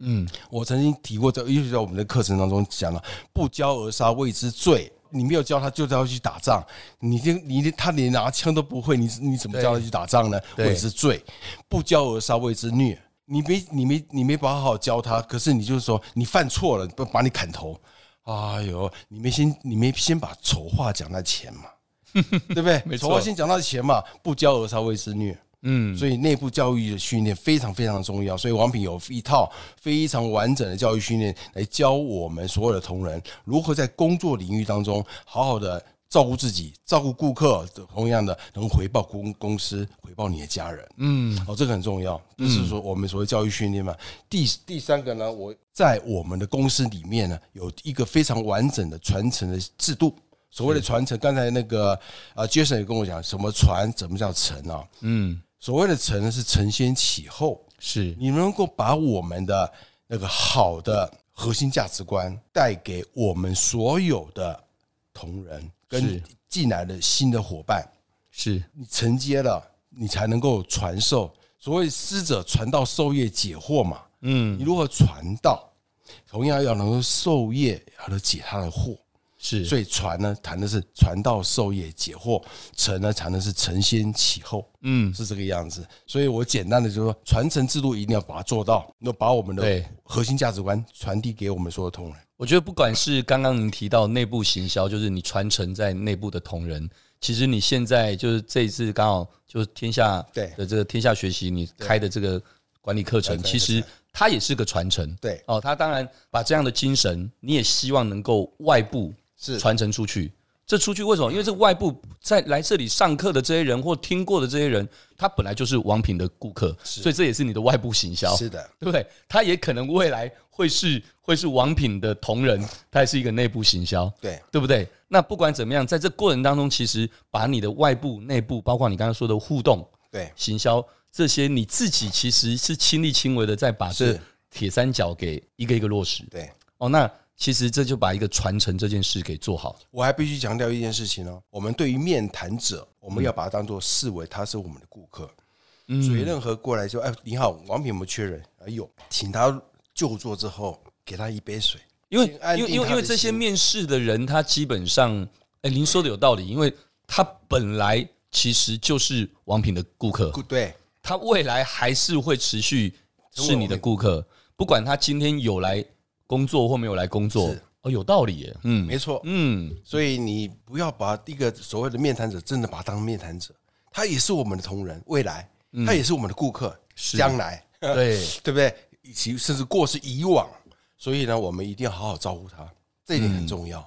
Speaker 2: 嗯，
Speaker 3: 我曾经提过，在尤其在我们的课程当中讲了“不教而杀谓之罪”，你没有教他，就是要去打仗。你这你他连拿枪都不会，你你怎么教他去打仗呢？
Speaker 2: 对
Speaker 3: 谓之罪，不教而杀谓之虐。你没你没你没把好好教他，可是你就是说你犯错了，不把你砍头。哎呦，你没先你没先把丑话讲在前 嘛，对不
Speaker 2: 没
Speaker 3: 对？
Speaker 2: 错
Speaker 3: 丑话先讲到前嘛，不教而杀谓之虐。
Speaker 2: 嗯，
Speaker 3: 所以内部教育的训练非常非常重要。所以王品有一套非常完整的教育训练来教我们所有的同仁如何在工作领域当中好好的照顾自己、照顾顾客，同样的能回报公公司、回报你的家人。
Speaker 2: 嗯，
Speaker 3: 哦，这个很重要，就是说我们所谓教育训练嘛。第第三个呢，我在我们的公司里面呢，有一个非常完整的传承的制度。所谓的传承，刚才那个呃，Jason 也跟我讲，什么传，怎么叫承啊？
Speaker 2: 嗯，
Speaker 3: 所谓的承呢，是承先启后，
Speaker 2: 是，
Speaker 3: 你能够把我们的那个好的核心价值观带给我们所有的同仁跟
Speaker 2: 是
Speaker 3: 进来的新的伙伴，
Speaker 2: 是，
Speaker 3: 你承接了，你才能够传授。所谓师者，传道授业解惑嘛，
Speaker 2: 嗯，
Speaker 3: 你如何传道，同样要能够授业，也要能解他的惑。
Speaker 2: 是，
Speaker 3: 所以传呢，谈的是传道授业解惑；承呢，谈的是承先启后。
Speaker 2: 嗯，
Speaker 3: 是这个样子。所以我简单的就说，传承制度一定要把它做到，那把我们的
Speaker 2: 对
Speaker 3: 核心价值观传递给我们所有同仁。
Speaker 2: 我觉得不管是刚刚您提到内部行销，就是你传承在内部的同仁，其实你现在就是这一次刚好就是天下
Speaker 3: 对
Speaker 2: 的这个天下学习你开的这个管理课程，
Speaker 3: 对对
Speaker 2: 其实它也是个传承。
Speaker 3: 对，
Speaker 2: 哦，他当然把这样的精神，你也希望能够外部
Speaker 3: 是
Speaker 2: 传承出去。这出去为什么？因为这外部在来这里上课的这些人或听过的这些人，他本来就是王品的顾客，所以这也是你的外部行销。
Speaker 3: 是的，
Speaker 2: 对不对？他也可能未来会是会是王品的同仁，他也是一个内部行销，
Speaker 3: 对，
Speaker 2: 对不对？那不管怎么样，在这过程当中，其实把你的外部、内部，包括你刚刚说的互动、
Speaker 3: 对，
Speaker 2: 行销这些，你自己其实是亲力亲为的，在把这
Speaker 3: 是
Speaker 2: 铁三角给一个一个落实。
Speaker 3: 对。
Speaker 2: 哦，那其实这就把一个传承这件事给做好。
Speaker 3: 我还必须强调一件事情哦，我们对于面谈者，我
Speaker 2: 嗯
Speaker 3: 们要把它当做视为他是我们的顾客，所以任何过来就哎，你好，王品有没有缺人？哎有，请他就坐之后，给他一杯水。
Speaker 2: 因为
Speaker 3: 先安
Speaker 2: 因为
Speaker 3: 定
Speaker 2: 因为
Speaker 3: 他的
Speaker 2: 因为这些
Speaker 3: 心
Speaker 2: 面试的人，他基本上，哎、您说的有道理，因为他本来其实就是王品的顾客，
Speaker 3: 对，
Speaker 2: 他未来还是会持续是你的顾客，不管他今天有来工作或没有来工作
Speaker 3: 是，
Speaker 2: 哦，有道理耶，嗯
Speaker 3: 没错，
Speaker 2: 嗯，
Speaker 3: 所以你不要把一个所谓的面谈者真的把他当面谈者，他也是我们的同仁，未来他也是我们的顾客，
Speaker 2: 嗯是
Speaker 3: 将来
Speaker 2: 对，
Speaker 3: 对不对？以及甚至过是以往，所以呢，我们一定要好好照顾他，这一点
Speaker 2: 嗯
Speaker 3: 很重要。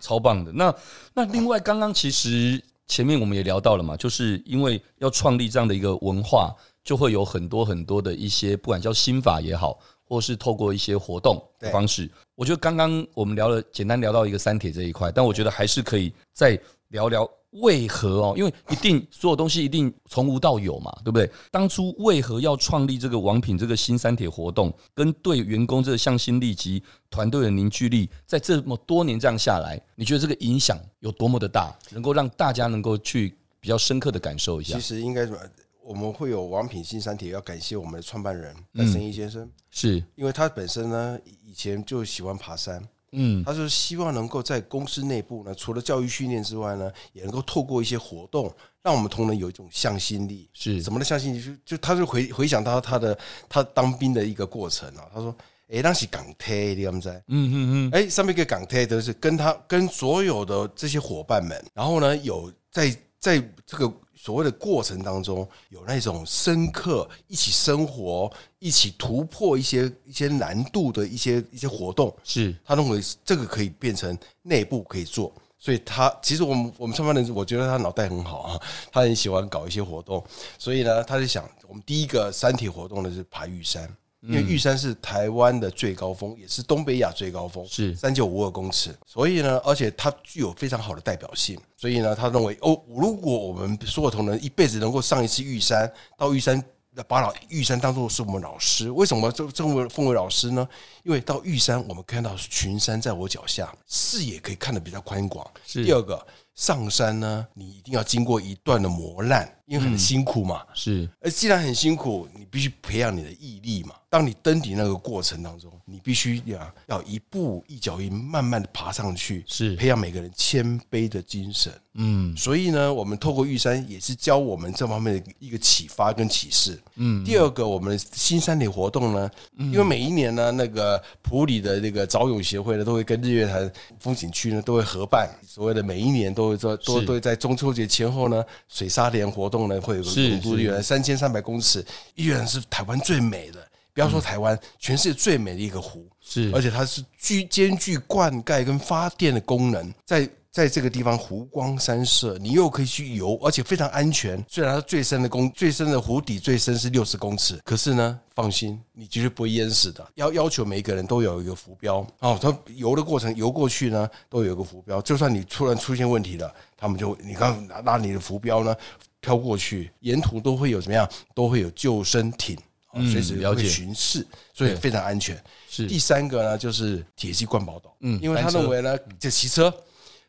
Speaker 2: 超棒的。那那另外，刚刚其实前面我们也聊到了嘛，就是因为要创立这样的一个文化，就会有很多很多的一些，不管叫心法也好，或是透过一些活动的
Speaker 3: 对
Speaker 2: 方式。我觉得刚刚我们聊了，简单聊到一个三铁这一块，但我觉得还是可以再聊聊为何哦，因为一定所有东西一定从无到有嘛，对不对？当初为何要创立这个王品这个新三铁活动，跟对员工这个向心力及团队的凝聚力，在这么多年这样下来，你觉得这个影响有多么的大，能够让大家能够去比较深刻的感受一下
Speaker 3: 其？实应该怎么？我们会有王品新三铁，要感谢我们的创办人赖生一先生，
Speaker 2: 是，
Speaker 3: 因为他本身呢以前就喜欢爬山，
Speaker 2: 嗯，
Speaker 3: 他是希望能够在公司内部呢，除了教育训练之外呢，也能够透过一些活动，让我们同仁有一种向心力。
Speaker 2: 是
Speaker 3: 什么的向心力？就就他就回回想到他的他当兵的一个过程啊，他说：“哎、那是港铁，你们在。”
Speaker 2: 嗯嗯嗯，
Speaker 3: 哎，上面一个港铁都是跟他跟所有的这些伙伴们，然后呢，有在在这个所谓的过程当中，有那种深刻一起生活、一起突破一些一些难度的一些一些活动，
Speaker 2: 是
Speaker 3: 他认为这个可以变成内部可以做。所以他其实我们我们创办人，我觉得他脑袋很好啊，他很喜欢搞一些活动，所以呢，他就想我们第一个山体活动呢是爬玉山，因为玉山是台湾的最高峰，也是东北亚最高峰，
Speaker 2: 是
Speaker 3: 三九五二公尺，所以呢，而且它具有非常好的代表性，所以呢，他认为哦，如果我们所有同仁一辈子能够上一次玉山，到玉山。把老玉山当做是我们老师，为什么这这么奉为老师呢？因为到玉山，我们看到群山在我脚下，视野可以看得比较宽广。
Speaker 2: 是
Speaker 3: 第二个，上山呢，你一定要经过一段的磨难，因为很辛苦嘛。
Speaker 2: 是，
Speaker 3: 而呃既然很辛苦，你必须培养你的毅力嘛。当你登顶那个过程当中，你必须呀要一步一脚印，慢慢的爬上去，
Speaker 2: 是
Speaker 3: 培养每个人谦卑的精神。
Speaker 2: 嗯
Speaker 3: 所以呢，我们透过玉山也是教我们这方面的一个启发跟启示。嗯，第二个，我们新山里活动呢，
Speaker 2: 嗯
Speaker 3: 因为每一年呢，那个普里的那个早泳协会呢，都会跟日月潭风景区呢都会合办，所谓的每一年都会做，都
Speaker 2: 是
Speaker 3: 都会在中秋节前后呢，水沙连活动呢会有个
Speaker 2: 是
Speaker 3: 永度
Speaker 2: 是
Speaker 3: 月潭三千三百公尺，依然是台湾最美的。不要说台湾，全世界最美的一个湖，
Speaker 2: 是，
Speaker 3: 而且它是具兼具灌溉跟发电的功能，在在这个地方湖光山色，你又可以去游，而且非常安全。虽然它最深的公最深的湖底最深是六十公尺，可是呢，放心，你绝对不会淹死的。要要求每一个人都有一个浮标哦，它游的过程游过去呢，都有一个浮标，就算你突然出现问题了，他们就你刚拿拿你的浮标呢。飘过去，沿途都会有怎么样？都会有救生艇，哦
Speaker 2: 嗯
Speaker 3: 随时
Speaker 2: 了
Speaker 3: 会
Speaker 2: 解
Speaker 3: 巡视，所以
Speaker 2: 对
Speaker 3: 非常安全。
Speaker 2: 是
Speaker 3: 第三个呢，就是铁骑冠宝岛，
Speaker 2: 嗯
Speaker 3: 因为他
Speaker 2: 单车
Speaker 3: 认为呢，就骑车，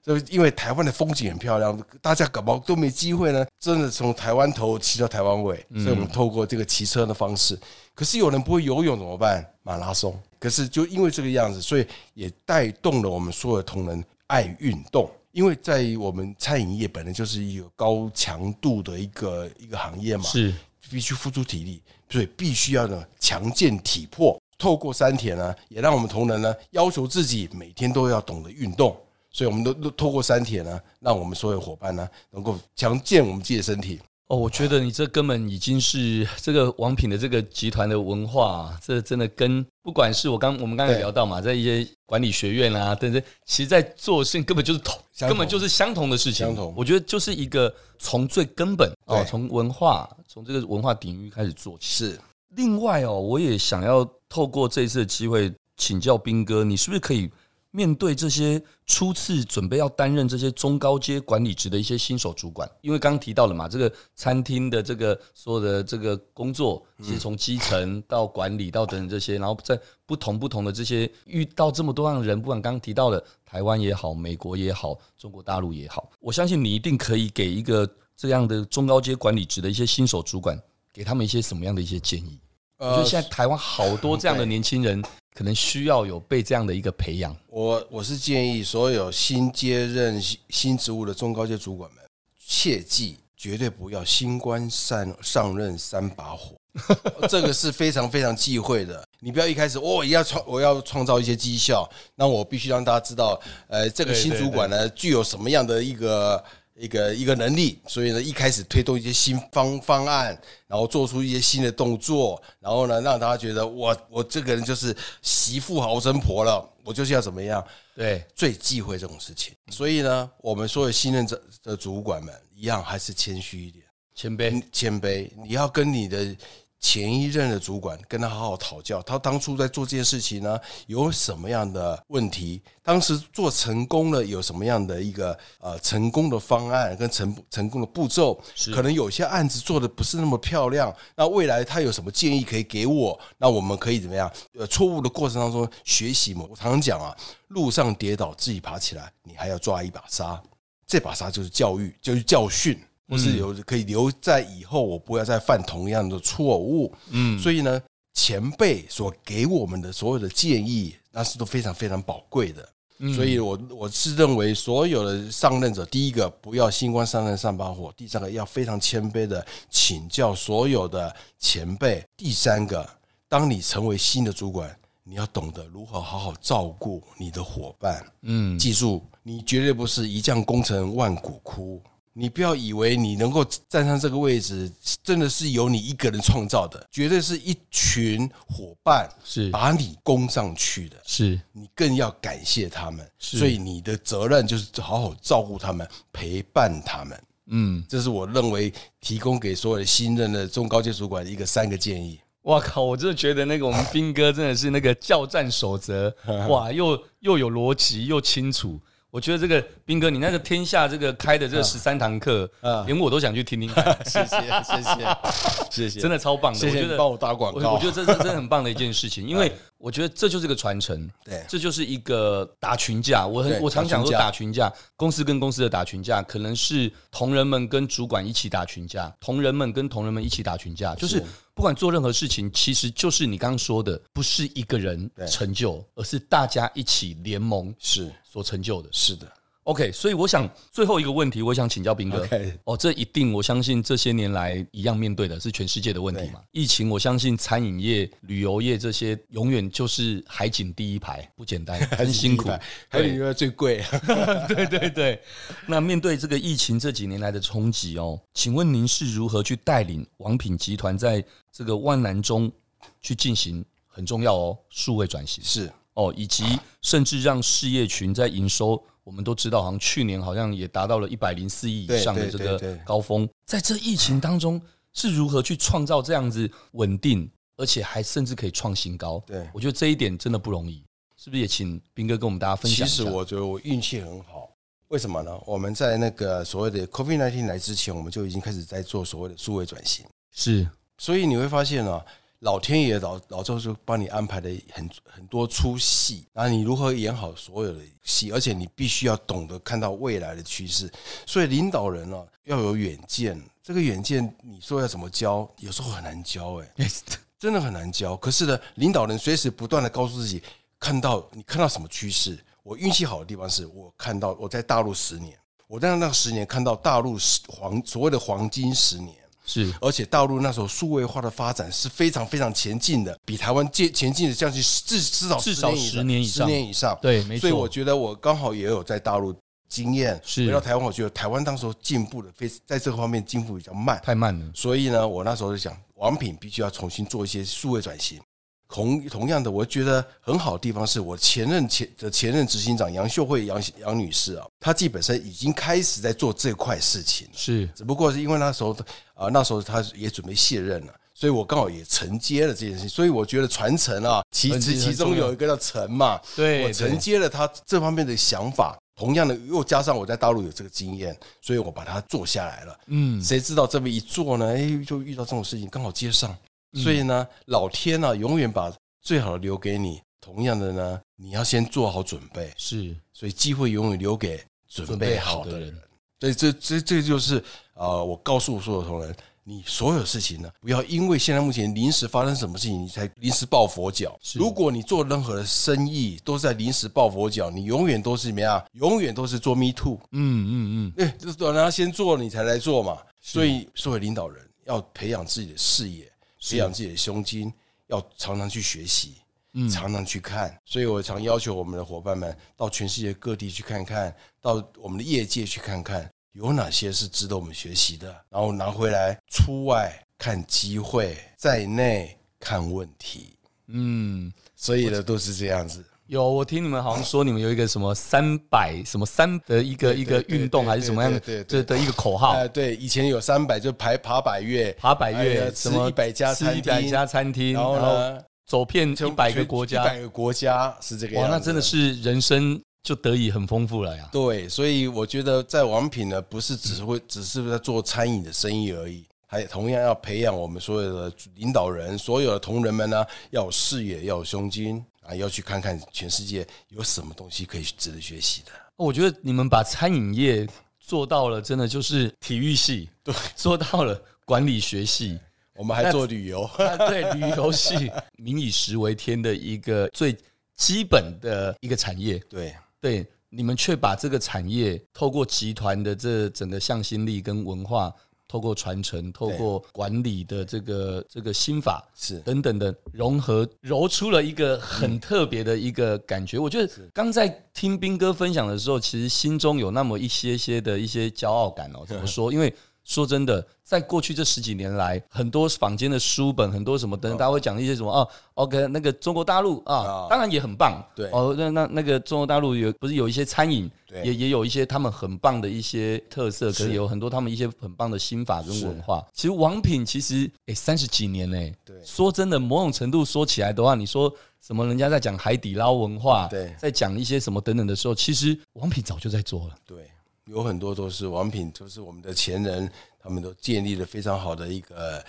Speaker 3: 就因为台湾的风景很漂亮，大家搞不好都没机会呢，真的从台湾头骑到台湾尾，
Speaker 2: 嗯
Speaker 3: 所以我们透过这个骑车的方式，可是有人不会游泳怎么办？马拉松，可是就因为这个样子，所以也带动了我们所有的同仁爱运动。因为在我们餐饮业本来就是一个高强度的一个一个行业嘛，
Speaker 2: 是
Speaker 3: 必须付出体力，所以必须要呢强健体魄。透过三铁呢，也让我们同仁呢要求自己每天都要懂得运动。所以，我们都都透过三铁呢，让我们所有伙伴呢能够强健我们自己的身体。
Speaker 2: 哦，我觉得你这根本已经是这个王品的这个集团的文化、啊，这真的跟不管是我刚我们刚才
Speaker 3: 对
Speaker 2: 聊到嘛，在一些管理学院啊等等，其实在做的事情根本就是同，
Speaker 3: 相同
Speaker 2: 根本就是相同的事情。
Speaker 3: 相同
Speaker 2: 我觉得就是一个从最根本哦
Speaker 3: 对，
Speaker 2: 从文化，从这个文化底蕴开始做起。
Speaker 3: 是，
Speaker 2: 另外哦，我也想要透过这一次的机会请教斌哥，你是不是可以面对这些初次准备要担任这些中高阶管理职的一些新手主管？因为刚刚提到了嘛，这个餐厅的这个所有的这个工作，其实从基层到管理到等等这些，然后在不同不同的这些遇到这么多样的人，不管刚刚提到的台湾也好，美国也好，中国大陆也好，我相信你一定可以给一个这样的中高阶管理职的一些新手主管。给他们一些什么样的一些建议？我觉得
Speaker 3: 呃
Speaker 2: 现在台湾好多这样的年轻人，可能需要有被这样的一个培养。
Speaker 3: 我我是建议所有新接任新新职务的中高阶主管们，切记绝对不要新官上上任三把火， 这个是非常非常忌讳的。你不要一开始哦，要创我要创造一些绩效，那我必须让大家知道，呃，这个
Speaker 2: 对
Speaker 3: 新
Speaker 2: 对
Speaker 3: 主管呢具有什么样的一个。一个一个能力，所以呢，一开始推动一些新方方案，然后做出一些新的动作，然后呢，让大家觉得我我这个人就是媳妇豪生婆了，我就是要怎么样，
Speaker 2: 对，
Speaker 3: 最忌讳这种事情。所以呢，我们所有新任者呃的主管们一样，还是谦虚一点，
Speaker 2: 谦卑
Speaker 3: 谦卑。你要跟你的前一任的主管跟他好好讨教，他当初在做这件事情呢，有什么样的问题？当时做成功了，有什么样的一个呃成功的方案跟成成功的步骤？可能有些案子做的不是那么漂亮，那未来他有什么建议可以给我？那我们可以怎么样？呃，错误的过程当中学习嘛。我常常讲啊，路上跌倒自己爬起来，你还要抓一把沙，这把沙就是教育，就是教训。或是留可以留在以后，我不要再犯同样的错误。嗯，所以呢，前辈所给我们的所有的建议，那是都非常非常宝贵的。所以我我是认为，所有的上任者，第一个不要新官上任三把火，第三个要非常谦卑的请教所有的前辈，第三个，当你成为新的主管，你要懂得如何好好照顾你的伙伴。
Speaker 2: 嗯，
Speaker 3: 记住，你绝对不是一将功成万骨枯。你不要以为你能够站上这个位置，真的是由你一个人创造的，绝对是一群伙伴
Speaker 2: 是
Speaker 3: 把你攻上去的。
Speaker 2: 是
Speaker 3: 你更要感谢他们，
Speaker 2: 是
Speaker 3: 所以你的责任就是好好照顾他们，陪伴他们。
Speaker 2: 嗯，
Speaker 3: 这是我认为提供给所有的新任的中高阶主管一个三个建议。
Speaker 2: 哇靠！我真的觉得那个我们兵哥真的是那个教战守 则，哇，又又有逻辑又清楚。我觉得这个兵哥，你那个天下这个开的这十三堂课，
Speaker 3: 嗯
Speaker 2: 连我都想去听听 看，
Speaker 3: 谢谢，谢谢，谢谢
Speaker 2: 真
Speaker 3: 的，
Speaker 2: 的超棒的。
Speaker 3: 谢
Speaker 2: 我
Speaker 3: 谢
Speaker 2: 觉
Speaker 3: 你
Speaker 2: 得
Speaker 3: 帮我打广
Speaker 2: 我
Speaker 3: 告。
Speaker 2: 我觉得这是真的很棒的一件事情，因 为我觉得这就是个传承，
Speaker 3: 对
Speaker 2: 这就是一个打群架。我很
Speaker 3: 对
Speaker 2: 我常讲说打
Speaker 3: 打
Speaker 2: 群架，公司跟公司的打群架，可能是同仁们跟主管一起打群架，同仁们跟同仁们一起打群架，就是
Speaker 3: 是
Speaker 2: 不管做任何事情，其实就是你刚刚说的，不是一个人
Speaker 3: 对
Speaker 2: 成就，而是大家一起联盟
Speaker 3: 是
Speaker 2: 所成就的。
Speaker 3: 是的，
Speaker 2: OK，所以我想最后一个问题，我想请教兵哥。
Speaker 3: OK
Speaker 2: 哦，这一定我相信这些年来一样面对的是全世界的问题嘛？疫情，我相信餐饮业、旅游业这些永远就是海景第一排，不简单，很辛苦。
Speaker 3: 还有你们最贵，
Speaker 2: 对对对。那面对这个疫情这几年来的冲击哦，请问您是如何去带领王品集团在这个万难中去进行很重要哦数位转型？
Speaker 3: 是
Speaker 2: 哦，以及甚至让事业群在营收，我们都知道，好像去年好像也达到了一百零四亿以上的
Speaker 3: 对
Speaker 2: 这
Speaker 3: 对
Speaker 2: 个
Speaker 3: 对对
Speaker 2: 高峰。在这疫情当中，是如何去创造这样子稳定，而且还甚至可以创新高？
Speaker 3: 对
Speaker 2: 我觉得这一点真的不容易，是不是？也请斌哥跟我们大家分享
Speaker 3: 其
Speaker 2: 一下。
Speaker 3: 实我觉得我运气很好，为什么呢？我们在那个所谓的 COVID 1 9来之前，我们就已经开始在做所谓的数位转型，
Speaker 2: 是
Speaker 3: 所以你会发现啊，老天爷老老周就帮你安排的很很多出戏，然后你如何演好所有的戏，而且你必须要懂得看到未来的趋势，所以领导人啊要有远见。这个远见，你说要怎么教，有时候很难教、哎，真的很难教。可是呢，领导人随时不断的告诉自己，看到你看到什么趋势。我运气好的地方是我看到我在大陆十年，我在那十年看到大陆十黄所谓的黄金十年。
Speaker 2: 是
Speaker 3: 而且大陆那时候数位化的发展是非常非常前进的，比台湾前前进的将近十至至少
Speaker 2: 至少
Speaker 3: 十
Speaker 2: 10年
Speaker 3: 年
Speaker 2: 以上
Speaker 3: 十年以上。
Speaker 2: 对，没错。
Speaker 3: 所以我觉得我刚好也有在大陆经验，
Speaker 2: 是
Speaker 3: 回到台湾，我觉得台湾当时候进步的非在这方面进步比较慢，
Speaker 2: 太慢了，
Speaker 3: 所以呢，我那时候就想，王品必须要重新做一些数位转型。同同样的，我觉得很好的地方是我前任前的前任执行长杨秀慧杨杨女士啊，她自己本身已经开始在做这块事情了。
Speaker 2: 是
Speaker 3: 只不过是因为那时候啊、呃那时候他也准备卸任了。所以我刚好也承接了这件事情，所以我觉得传承啊，其
Speaker 2: 很
Speaker 3: 其
Speaker 2: 很
Speaker 3: 其
Speaker 2: 重
Speaker 3: 中
Speaker 2: 要
Speaker 3: 有一个叫承嘛，
Speaker 2: 对
Speaker 3: 我承接了他这方面的想法，同样的又加上我在大陆有这个经验，所以我把它做下来了。
Speaker 2: 嗯，
Speaker 3: 谁知道这么一做呢？哎，就遇到这种事情，刚好接上。
Speaker 2: 嗯
Speaker 3: 所以呢，老天啊，永远把最好的留给你。同样的呢，你要先做好准备，
Speaker 2: 是
Speaker 3: 所以机会永远留给准备好的
Speaker 2: 准备
Speaker 3: 人
Speaker 2: 好。
Speaker 3: 所以这这这就是呃，我告诉所有同仁，你所有事情呢，不要因为现在目前临时发生什么事情，你才临时抱佛脚。
Speaker 2: 是
Speaker 3: 如果你做任何的生意都是在临时抱佛脚，你永远都是怎么样？永远都是做 me too。
Speaker 2: 嗯嗯嗯，
Speaker 3: 对，欸就是等他先做了你才来做嘛。所以，作为领导人要培养自己的视野，培养自己的胸襟，要常常去学习，
Speaker 2: 嗯
Speaker 3: 常常去看。所以我常要求我们的伙伴们到全世界各地去看看，到我们的业界去看看，有哪些是值得我们学习的，然后拿回来出外看机会，在内看问题。
Speaker 2: 嗯。
Speaker 3: 所以呢，都是这样子。
Speaker 2: 有，我听你们好像说你们有一个什么三百什么三的一个一个
Speaker 3: 对
Speaker 2: 运动还是什么样的
Speaker 3: 对对
Speaker 2: 这
Speaker 3: 对
Speaker 2: 的一个口号，
Speaker 3: 呃，对，以前有三百就排爬百越，
Speaker 2: 爬百
Speaker 3: 哎
Speaker 2: 越
Speaker 3: 呀
Speaker 2: 什
Speaker 3: 吃
Speaker 2: 么
Speaker 3: 一百家餐
Speaker 2: 吃一百
Speaker 3: 厅
Speaker 2: 家餐厅，然
Speaker 3: 然后
Speaker 2: 后
Speaker 3: 呢，
Speaker 2: 走遍一百个国家
Speaker 3: 一，百个国家是这个样
Speaker 2: 哇，
Speaker 3: 子。
Speaker 2: 那真的是人生就得以很丰富了呀。
Speaker 3: 对，所以我觉得在王品呢，不是只会只是在做餐饮的生意而已，还同样要培养我们所有的领导人、所有的同仁们呢，要有视野，要有胸襟啊，要去看看全世界有什么东西可以值得学习的。
Speaker 2: 我觉得你们把餐饮业做到了，真的就是体育系，对，做到了管理学 系，
Speaker 3: 我们还做旅 游，
Speaker 2: 啊对，旅游系，民以食为天的一个最基本的一个产业，
Speaker 3: 对，
Speaker 2: 对，你们却把这个产业透过集团的这整个向心力跟文化，透过传承，透过管理的这个这个心法
Speaker 3: 是
Speaker 2: 等等的融合，揉出了一个很特别的一个感觉。我觉得刚在听斌哥分享的时候，其实心中有那么一些些的一些骄傲感 哦。怎么说？因为说真的，在过去这十几年来，很多坊间的书本，很多什么等等，大家会讲一些什么哦，OK，那个中国大陆啊
Speaker 3: 啊，
Speaker 2: 当然也很棒，
Speaker 3: 对
Speaker 2: 哦，那那那个中国大陆有不是有一些餐饮，
Speaker 3: 对
Speaker 2: 也也有一些他们很棒的一些特色，可
Speaker 3: 是
Speaker 2: 是有很多他们一些很棒的心法跟
Speaker 3: 是
Speaker 2: 文化。其实王品其实诶三十几年嘞，
Speaker 3: 对
Speaker 2: 说真的，某种程度说起来的话，你说什么人家在讲海底捞文化，
Speaker 3: 对
Speaker 2: 在讲一些什么等等的时候，其实王品早就在做了。
Speaker 3: 对，有很多都是王品，就是我们的前人，他们都建立了非常好的一个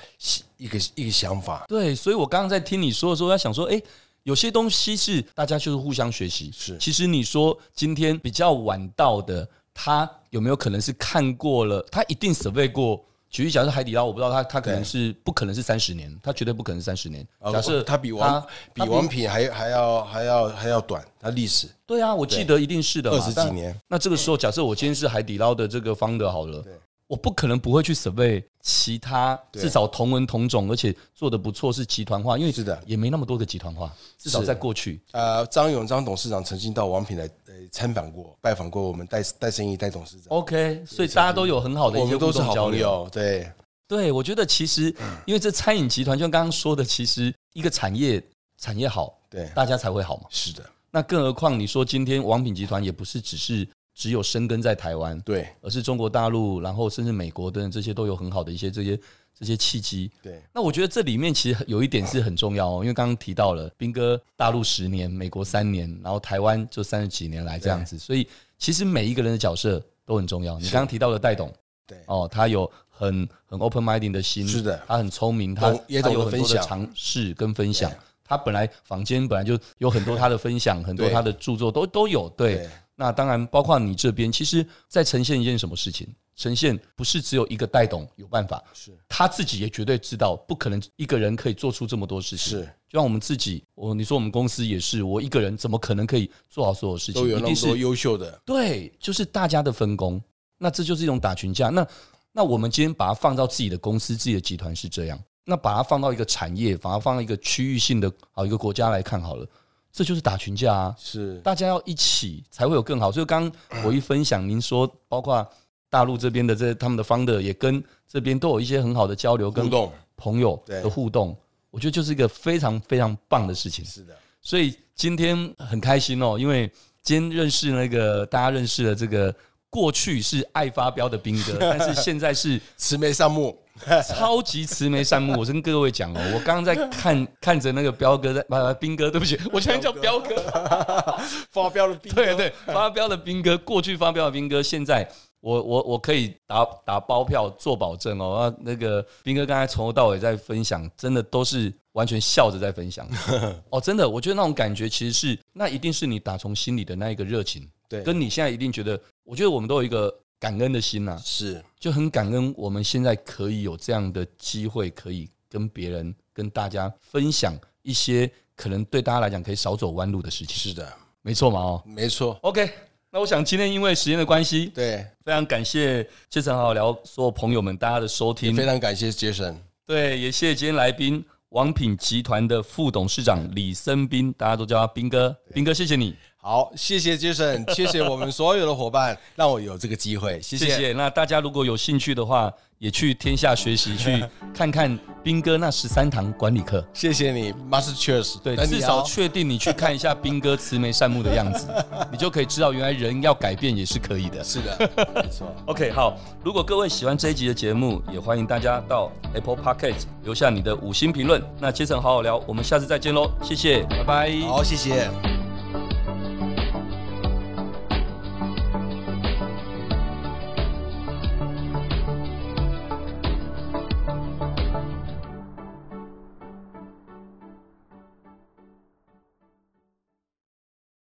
Speaker 3: 一个一个想法。
Speaker 2: 对，所以我刚刚在听你说的时候，在想说，诶，有些东西是大家就是互相学习。
Speaker 3: 是
Speaker 2: 其实你说今天比较晚到的，他有没有可能是看过了？他一定 survey 过。举例，假设海底捞，我不知道他，他可能
Speaker 3: 对
Speaker 2: 是不可能是三十年，他绝对不可能三十年。
Speaker 3: 啊
Speaker 2: 假设
Speaker 3: 它比王比
Speaker 2: 他
Speaker 3: 王品还还要还要还要短，它历史
Speaker 2: 对啊，我记得一定是的嘛，
Speaker 3: 二十几
Speaker 2: 但
Speaker 3: 年。
Speaker 2: 那这个时候，假设我今天是海底捞的这个方的好了
Speaker 3: 对，
Speaker 2: 我不可能不会去 survey 其他
Speaker 3: 对
Speaker 2: 至少同文同种，而且做的不错是集团化，因为
Speaker 3: 是的
Speaker 2: 也没那么多的集团化，至少在过去。
Speaker 3: 呃，张勇张董事长曾经到王品来呃参访过，拜访过我们戴戴生意戴董事长，
Speaker 2: OK，所以大家都有很哦好的
Speaker 3: 我
Speaker 2: 一些
Speaker 3: 们
Speaker 2: 互
Speaker 3: 都是
Speaker 2: 动
Speaker 3: 好
Speaker 2: 交
Speaker 3: 朋
Speaker 2: 流。
Speaker 3: 友，嗯对
Speaker 2: 对，我觉得其实因为这餐饮集团，就像刚刚说的，其实一个产业产业好，
Speaker 3: 对，
Speaker 2: 大家才会好嘛。
Speaker 3: 是的，
Speaker 2: 那更何况你说今天王品集团也不是只是只有生根在台湾，
Speaker 3: 对
Speaker 2: 而是中国大陆，然后甚至美国等等这些都有很好的一些这些这些契机。
Speaker 3: 对
Speaker 2: 那我觉得这里面其实有一点是很重要哦，因为刚刚提到了斌哥大陆十年，美国三年，然后台湾就三十几年来这样子，所以其实每一个人的角色都很重要。你刚刚提到的戴董
Speaker 3: 对，
Speaker 2: 哦，他有很很 open minded 的心，
Speaker 3: 是的
Speaker 2: 他很聪明，他
Speaker 3: 懂也
Speaker 2: 他
Speaker 3: 懂
Speaker 2: 有
Speaker 3: 得
Speaker 2: 很多
Speaker 3: 分
Speaker 2: 的
Speaker 3: 享
Speaker 2: 尝试跟分享。他本来坊间本来就有很多他的分享，很多
Speaker 3: 对
Speaker 2: 他的著作都都有，对，
Speaker 3: 对
Speaker 2: 那当然，包括你这边，其实在呈现一件什么事情，呈现不是只有一个戴董有办法，
Speaker 3: 是
Speaker 2: 他自己也绝对知道，不可能一个人可以做出这么多事情。
Speaker 3: 是，
Speaker 2: 就像我们自己，我你说我们公司也是，我一个人怎么可能可以做好所有事情？
Speaker 3: 都有
Speaker 2: 一
Speaker 3: 那
Speaker 2: 定
Speaker 3: 么多
Speaker 2: 是
Speaker 3: 优秀的，
Speaker 2: 对，就是大家的分工。那这就是一种打群架。那那我们今天把它放到自己的公司、自己的集团是这样，那把它放到一个产业，把它放到一个区域性的好一个国家来看好了，这就是打群架啊。
Speaker 3: 是
Speaker 2: 大家要一起才会有更好。所以刚刚我一分享，您说包括大陆这边的这他们的 founder 也跟这边都有一些很好的交流
Speaker 3: 互
Speaker 2: 跟
Speaker 3: 动，
Speaker 2: 朋友
Speaker 3: 对
Speaker 2: 的互动，我觉得就是一个非常非常棒的事情。
Speaker 3: 是的，
Speaker 2: 所以今天很开心哦，因为今天认识那个大家认识了这个。过去是爱发飙的兵 哥，但是现在是
Speaker 3: 慈眉善目，
Speaker 2: 超级慈眉善目。我跟各位讲哦，我刚刚在看看着那个彪哥在，不、不兵哥，对不起，我居然叫彪哥。
Speaker 3: 发飙的 兵
Speaker 2: 对对， 发飙的兵哥，过去发飙的兵哥，现在我我我可以打打包票做保证哦。啊，那个兵哥刚才从头到尾在分享，真的都是完全笑着在分 享哦，真的，我觉得那种感觉其实是那一定是你打从心里的那一个热情，
Speaker 3: 对
Speaker 2: 跟你现在一定觉得，我觉得我们都有一个感恩的心呐、啊
Speaker 3: 是
Speaker 2: 就很感恩我们现在可以有这样的机会，可以跟别人跟大家分享一些可能对大家来讲可以少走弯路的事情，
Speaker 3: 是的，
Speaker 2: 没错嘛哦。
Speaker 3: 没错，
Speaker 2: OK，那我想今天因为时间的关系，
Speaker 3: 对，
Speaker 2: 非常感谢杰森好好聊所有朋友们大家的收听
Speaker 3: 非，常感谢杰森，
Speaker 2: 对，也谢谢今天来宾王品集团的副董事长李森斌，大家都叫他斌哥，斌哥，谢谢你，
Speaker 3: 好，谢谢 Jason，谢谢我们所有的伙伴，让我有这个机会，谢
Speaker 2: 谢
Speaker 3: 谢。
Speaker 2: 谢。那大家如果有兴趣的话，也去天下学 习，去看看斌哥那十三堂管理课。
Speaker 3: 谢谢你，Master Cheers，
Speaker 2: 对，
Speaker 3: 等你
Speaker 2: 至少
Speaker 3: 哦
Speaker 2: 确定你去看一下斌哥慈眉善目的 样子，你就可以知道原来人要改变也是可以的。
Speaker 3: 是的，没错。
Speaker 2: OK，好，如果各位喜欢这一集的节目，也欢迎大家到 Apple p o c k e t 留下你的五星评论。那杰森好好聊，我们下次再见喽，谢谢，拜拜。
Speaker 3: 好，谢谢。